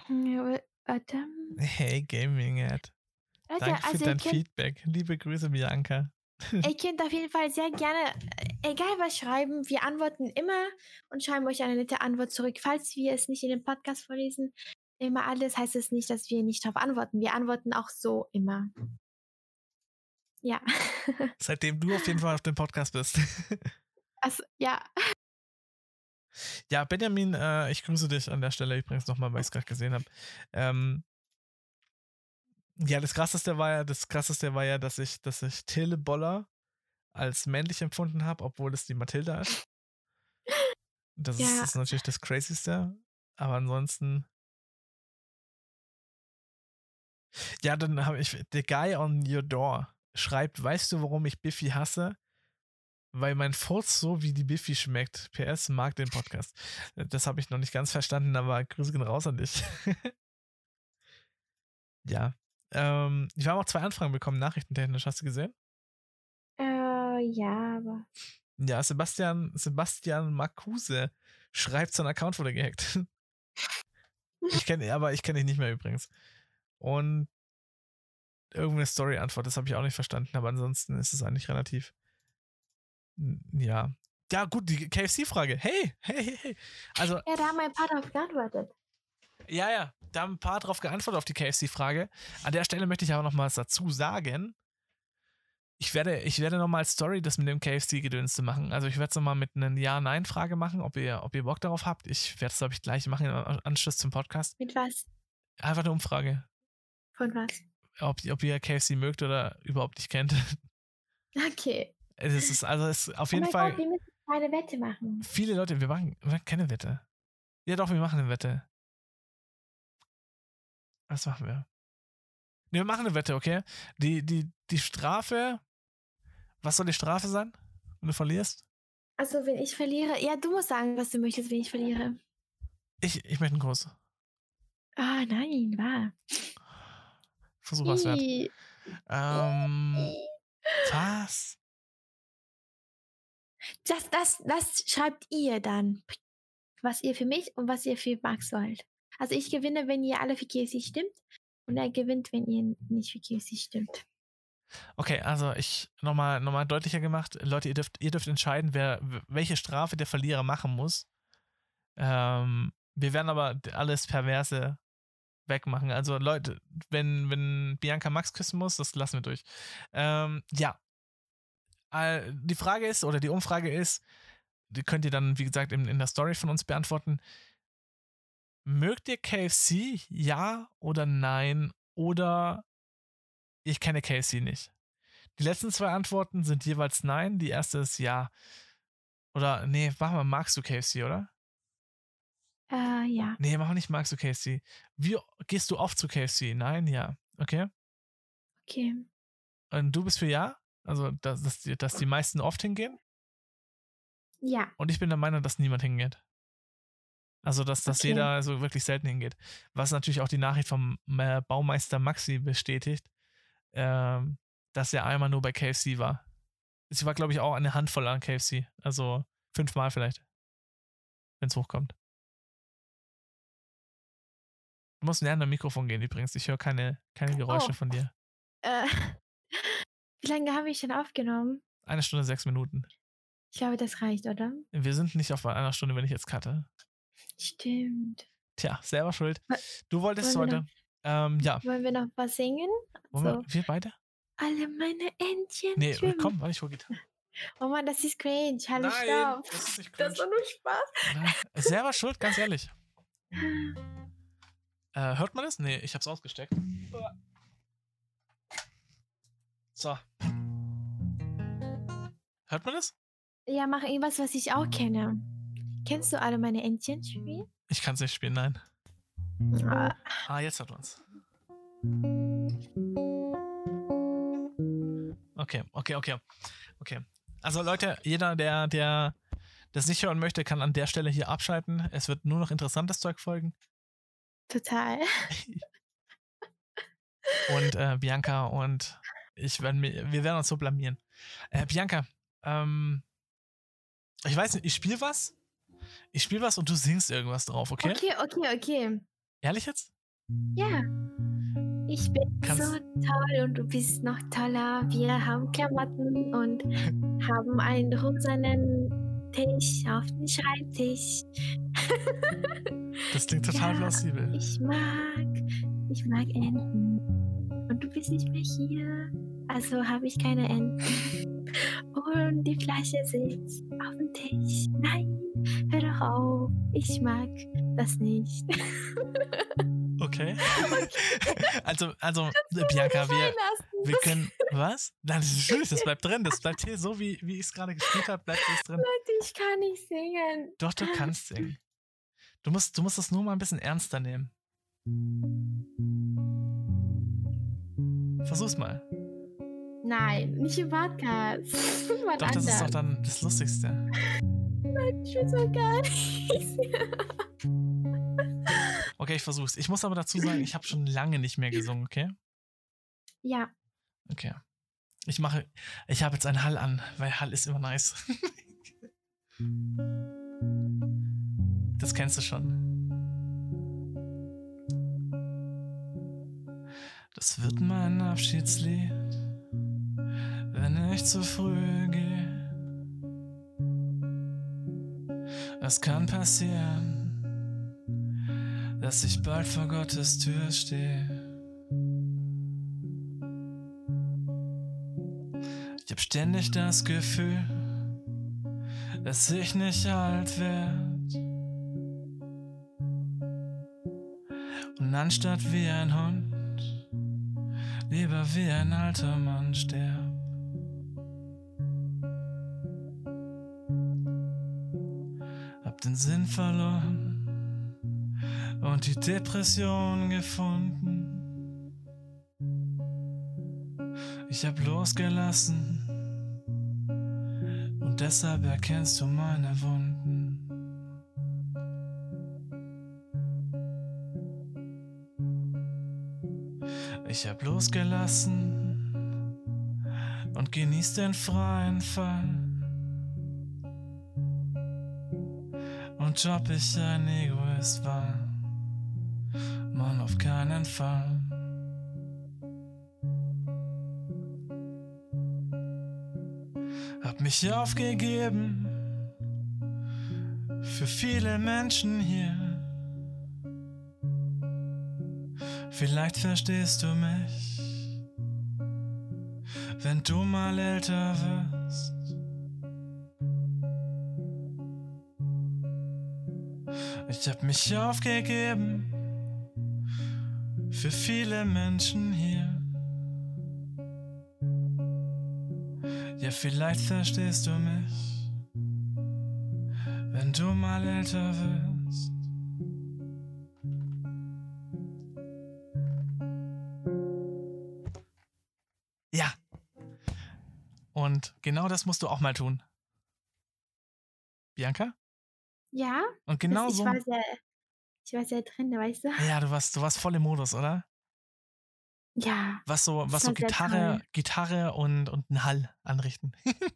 Speaker 2: Hm, wa- Warte.
Speaker 1: Hey, Gaming Ad.
Speaker 2: Leute,
Speaker 1: Danke für
Speaker 2: also ihr
Speaker 1: dein
Speaker 2: könnt,
Speaker 1: Feedback. Liebe Grüße, Bianca.
Speaker 2: ihr könnt auf jeden Fall sehr gerne, äh, egal was schreiben, wir antworten immer und schreiben euch eine nette Antwort zurück. Falls wir es nicht in dem Podcast vorlesen, immer alles, heißt es nicht, dass wir nicht darauf antworten. Wir antworten auch so immer. Ja. *laughs*
Speaker 1: Seitdem du auf jeden Fall auf dem Podcast bist. *laughs*
Speaker 2: Also, ja,
Speaker 1: Ja, Benjamin, äh, ich grüße dich an der Stelle übrigens nochmal, weil ich es gerade gesehen habe. Ähm, ja, das krasseste war ja, das krasseste war ja, dass ich, dass ich Teleboller als männlich empfunden habe, obwohl es die Mathilda ist. Das, ist.
Speaker 2: Ja.
Speaker 1: das ist natürlich das Crazyste. Aber ansonsten. Ja, dann habe ich. The Guy on Your Door schreibt: Weißt du, warum ich Biffy hasse? Weil mein Furz so wie die Biffy schmeckt. PS mag den Podcast. Das habe ich noch nicht ganz verstanden, aber Grüße gehen raus an dich. *laughs* ja. Ähm, wir haben auch zwei Anfragen bekommen, nachrichtentechnisch. Hast du gesehen?
Speaker 2: äh, ja, aber.
Speaker 1: Ja, Sebastian, Sebastian Marcuse schreibt, sein Account wurde gehackt. *laughs* Ich kenne, aber ich kenne dich nicht mehr übrigens. Und irgendeine Story-Antwort, das habe ich auch nicht verstanden, aber ansonsten ist es eigentlich relativ. N- Ja. Ja, gut, die KFC-Frage. Hey, hey, hey, hey. Also,
Speaker 2: Ja, da haben ein paar darauf geantwortet.
Speaker 1: Ja, ja, da haben ein paar drauf geantwortet auf die KFC-Frage. An der Stelle möchte ich aber noch mal was dazu sagen. Ich werde, ich werde nochmal als Story das mit dem KFC-Gedönste machen. Also ich werde es nochmal mit einer Ja-Nein-Frage machen, ob ihr, ob ihr Bock darauf habt. Ich werde es, glaube ich, gleich machen im An- Anschluss zum Podcast.
Speaker 2: Mit was?
Speaker 1: Einfach eine Umfrage,
Speaker 2: Von was?
Speaker 1: ob, ob ihr KFC mögt oder überhaupt nicht kennt. *laughs*
Speaker 2: Okay.
Speaker 1: Es ist, also es ist auf jeden
Speaker 2: oh mein
Speaker 1: Fall
Speaker 2: Gott, wir müssen eine Wette machen.
Speaker 1: viele Leute, wir machen, wir machen keine Wette. Ja doch, wir machen eine Wette. Was machen wir? Ne, wir machen eine Wette, okay? Die, die, die Strafe. Was soll die Strafe sein, wenn du verlierst?
Speaker 2: Also, wenn ich verliere. Ja, du musst sagen, was du möchtest, wenn ich verliere.
Speaker 1: Ich, ich möchte einen Kuss.
Speaker 2: Ah, nein, wahr.
Speaker 1: Versuch was wert.
Speaker 2: Ih,
Speaker 1: Ähm,
Speaker 2: ih.
Speaker 1: was?
Speaker 2: Das, das, das schreibt ihr dann. Was ihr für mich und was ihr für Max wollt. Also, ich gewinne, wenn ihr alle für Casey stimmt. Und er gewinnt, wenn ihr nicht für Casey stimmt.
Speaker 1: Okay, also ich nochmal noch mal deutlicher gemacht. Leute, ihr dürft, ihr dürft entscheiden, wer, welche Strafe der Verlierer machen muss. Ähm, wir werden aber alles Perverse wegmachen. Also Leute, wenn, wenn Bianca Max küssen muss, das lassen wir durch. Ähm, ja. All- Die Frage ist, oder die Umfrage ist, die könnt ihr dann, wie gesagt, in, in der Story von uns beantworten. Mögt ihr KFC? Ja oder nein? Oder ich kenne Casey nicht. Die letzten zwei Antworten sind jeweils nein. Die erste ist ja. Oder, nee, mach mal, magst du Casey, oder?
Speaker 2: Äh, ja.
Speaker 1: Nee, mach mal nicht, magst du Casey. Wie gehst du oft zu Casey? Nein, ja. Okay.
Speaker 2: Okay.
Speaker 1: Und du bist für ja? Also, dass, dass, die, dass die meisten oft hingehen.
Speaker 2: Ja.
Speaker 1: Und ich bin der Meinung, dass niemand hingeht. Also, dass, dass
Speaker 2: Okay.
Speaker 1: jeder so wirklich selten hingeht. Was natürlich auch die Nachricht vom äh, Baumeister Maxi bestätigt, ähm, dass er einmal nur bei KFC war. Sie war, glaube ich, auch eine Handvoll an KFC. Also fünfmal vielleicht. Wenn es hochkommt. Du musst näher an dein Mikrofon gehen übrigens. Ich höre keine, keine Geräusche
Speaker 2: Oh.
Speaker 1: von dir.
Speaker 2: Äh, *laughs* wie lange habe ich denn aufgenommen?
Speaker 1: Eine Stunde, sechs Minuten.
Speaker 2: Ich glaube, das reicht, oder?
Speaker 1: Wir sind nicht auf einer Stunde, wenn ich jetzt cutte.
Speaker 2: Stimmt.
Speaker 1: Tja, selber schuld.
Speaker 2: Wa-
Speaker 1: Du wolltest
Speaker 2: Äh, wollen wir
Speaker 1: heute. Ähm, ja.
Speaker 2: Wollen wir noch was singen?
Speaker 1: Wollen wir, wir beide?
Speaker 2: Alle meine Entchen.
Speaker 1: Nee,
Speaker 2: schwimmen.
Speaker 1: komm, warte, ich hole Gitarre.
Speaker 2: Oh Mann, das ist cringe. Hallo,
Speaker 1: Nein,
Speaker 2: Halt, stopp.
Speaker 1: das ist nicht
Speaker 2: Das war nur Spaß.
Speaker 1: Nein, Selber schuld, ganz ehrlich.
Speaker 2: Ah.
Speaker 1: Äh, hört man das? Nee, ich hab's ausgesteckt. So. Hört man das?
Speaker 2: Ja, mach irgendwas, was ich auch kenne. Kennst du alle meine Entchen spielen?
Speaker 1: Ich kann's nicht spielen, nein.
Speaker 2: Ah,
Speaker 1: Ah, jetzt hört man's. Okay, okay, okay. Okay. Also Leute, jeder, der, der das nicht hören möchte, kann an der Stelle hier abschalten. Es wird nur noch interessantes Zeug
Speaker 2: *laughs*
Speaker 1: folgen.
Speaker 2: Total. *laughs*
Speaker 1: Und äh, Bianca und ich werden mir, wir werden uns so blamieren. Äh, Bianca, ähm, ich weiß nicht, ich spiele was. Ich spiele was und du singst irgendwas drauf, okay?
Speaker 2: Okay, okay, okay.
Speaker 1: Ehrlich jetzt?
Speaker 2: Ja. Ich bin
Speaker 1: Kannst-
Speaker 2: so toll und du bist noch toller. Wir haben
Speaker 1: *laughs*
Speaker 2: Klamotten und haben einen rosanen Tisch auf dem Schreibtisch.
Speaker 1: Das klingt total
Speaker 2: Ja.
Speaker 1: plausibel.
Speaker 2: Ich mag, ich mag Enten. Und du bist nicht mehr hier. Also habe ich keine Enten.
Speaker 1: *laughs*
Speaker 2: Und die Flasche sitzt auf dem Tisch. Nein, hör doch auf. Ich mag das nicht.
Speaker 1: Okay. *laughs* Also, also, äh,
Speaker 2: *laughs*
Speaker 1: Bianca, wir, wir können. *laughs* Was? Nein, das ist schön, das bleibt drin. Das bleibt hier so, wie, wie ich es gerade gespielt habe, bleibt es drin.
Speaker 2: Leute, ich kann nicht singen.
Speaker 1: Doch, du kannst singen. Du musst, du musst das nur mal ein bisschen ernster nehmen. Versuch's mal.
Speaker 2: Nein, nicht im Podcast. *laughs* Wann
Speaker 1: Doch, das ist doch
Speaker 2: anders.
Speaker 1: dann das Lustigste.
Speaker 2: Ich will so gar nicht. *laughs*
Speaker 1: Okay, ich versuch's. Ich muss aber dazu sagen, ich habe schon lange nicht mehr gesungen, okay?
Speaker 2: Ja,
Speaker 1: Okay. Ich mache. Ich habe jetzt einen Hall an, weil Hall ist immer nice. *laughs* das kennst du schon. Das wird mein Abschiedslied, wenn ich zu früh gehe. Es kann passieren, dass ich bald vor Gottes Tür stehe. Ich hab ständig das Gefühl, dass ich nicht alt werd. Und anstatt wie ein Hund, lieber wie ein alter Mann sterb. Hab den Sinn verloren und die Depression gefunden. Ich hab losgelassen und deshalb erkennst du meine Wunden. Ich hab losgelassen und genieß den freien Fall. Und ob ich ein Egoist war, Mann, auf keinen Fall. hab mich aufgegeben für viele Menschen hier. Vielleicht verstehst du mich, wenn du mal älter wirst. Ich hab mich aufgegeben für viele Menschen hier. Ja, vielleicht verstehst du mich, wenn du mal älter wirst. Ja. Und genau das musst du auch mal tun. Bianca?
Speaker 2: ja.
Speaker 1: Und genau
Speaker 2: das, ich,
Speaker 1: so.
Speaker 2: war sehr, ich war sehr drin, weißt du?
Speaker 1: Ja, du warst, du warst voll im Modus, oder?
Speaker 2: Ja.
Speaker 1: Was so,
Speaker 2: Das
Speaker 1: was so
Speaker 2: war sehr
Speaker 1: Gitarre,
Speaker 2: toll.
Speaker 1: Gitarre und, und einen Hall anrichten. *laughs*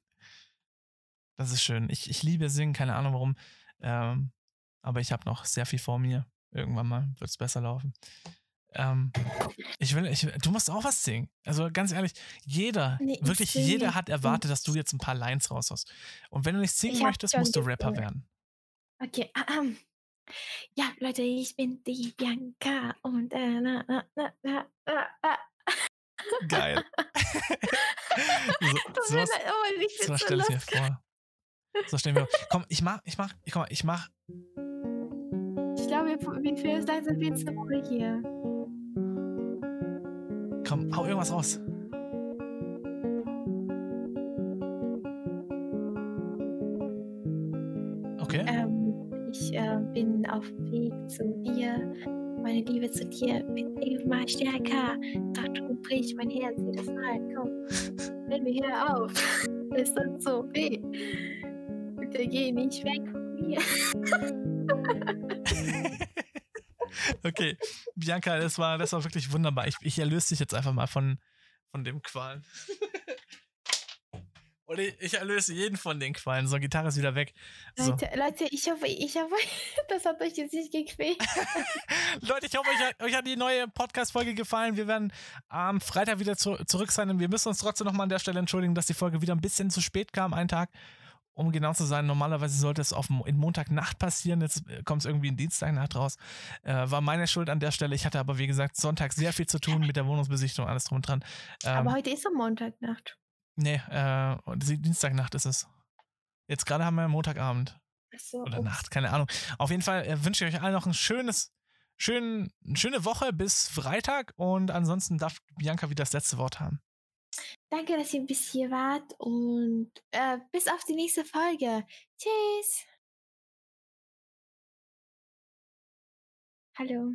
Speaker 1: das ist schön. Ich, ich liebe Singen, keine Ahnung warum. Ähm, aber ich habe noch sehr viel vor mir. Irgendwann mal wird es besser laufen. Ähm, ich will, ich, will- du musst auch was singen. Also ganz ehrlich, jeder,
Speaker 2: Nee, ich
Speaker 1: wirklich
Speaker 2: singe
Speaker 1: jeder
Speaker 2: jetzt
Speaker 1: hat erwartet, dass du jetzt ein paar Lines raushaust. Und wenn du nicht singen
Speaker 2: Ich hab
Speaker 1: möchtest,
Speaker 2: schon
Speaker 1: musst du Rapper
Speaker 2: gesungen.
Speaker 1: werden.
Speaker 2: Okay. ahem. Ja, Leute, ich bin die Bianca und äh, na, na, na, na, na, na. *laughs*
Speaker 1: Geil. *laughs* so,
Speaker 2: Tut mir
Speaker 1: sowas-
Speaker 2: leid, oh, ich
Speaker 1: So
Speaker 2: bin so
Speaker 1: stell es mir
Speaker 2: lustig.
Speaker 1: vor. So stell mir vor. Komm, ich mach, ich mach, ich, komm, ich mach.
Speaker 2: Ich glaube, wir, wir führen es langsam viel zu wohl hier.
Speaker 1: Komm, hau irgendwas raus. Okay. Mhm.
Speaker 2: Ähm, ich äh, bin auf dem Weg zu dir Meine Liebe zu dir wird immer stärker. Doch du brichst mein Herz jedes Mal. Komm, nimm mir hier auf. *laughs* Es tut so weh. Bitte geh nicht weg von mir.
Speaker 1: *laughs* Okay, Bianca, das war, das war wirklich wunderbar. Ich, ich erlöse dich jetzt einfach mal von, von dem Qualen. Oder ich, ich erlöse jeden von den Qualen. So, Gitarre ist wieder weg. So.
Speaker 2: Leute, Leute, ich hoffe, ich hoffe, *laughs* das hat euch jetzt nicht gequält.
Speaker 1: Leute, ich hoffe, euch hat, euch hat die neue Podcast-Folge gefallen. Wir werden am Freitag wieder zu, zurück sein und wir müssen uns trotzdem nochmal an der Stelle entschuldigen, dass die Folge wieder ein bisschen zu spät kam, einen Tag. Um genau zu sein, normalerweise sollte es auf Mo- in Montagnacht passieren. Jetzt äh, kommt es irgendwie in Dienstagnacht raus. Äh, war meine Schuld an der Stelle. Ich hatte aber, wie gesagt, Sonntag sehr viel zu tun mit der Wohnungsbesichtigung, alles drum und dran. Ähm,
Speaker 2: Aber heute ist am Montagnacht.
Speaker 1: nee, äh, und die Dienstagnacht ist es. Jetzt gerade haben wir Montagabend
Speaker 2: Achso.
Speaker 1: oder
Speaker 2: ups.
Speaker 1: Nacht, keine Ahnung. Auf jeden Fall äh, wünsche ich euch allen noch ein schönes, schön, eine schöne Woche bis Freitag und ansonsten darf Bianca wieder das letzte Wort haben.
Speaker 2: Danke, dass ihr bis hier wart und äh, bis auf die nächste Folge. Tschüss. Hallo.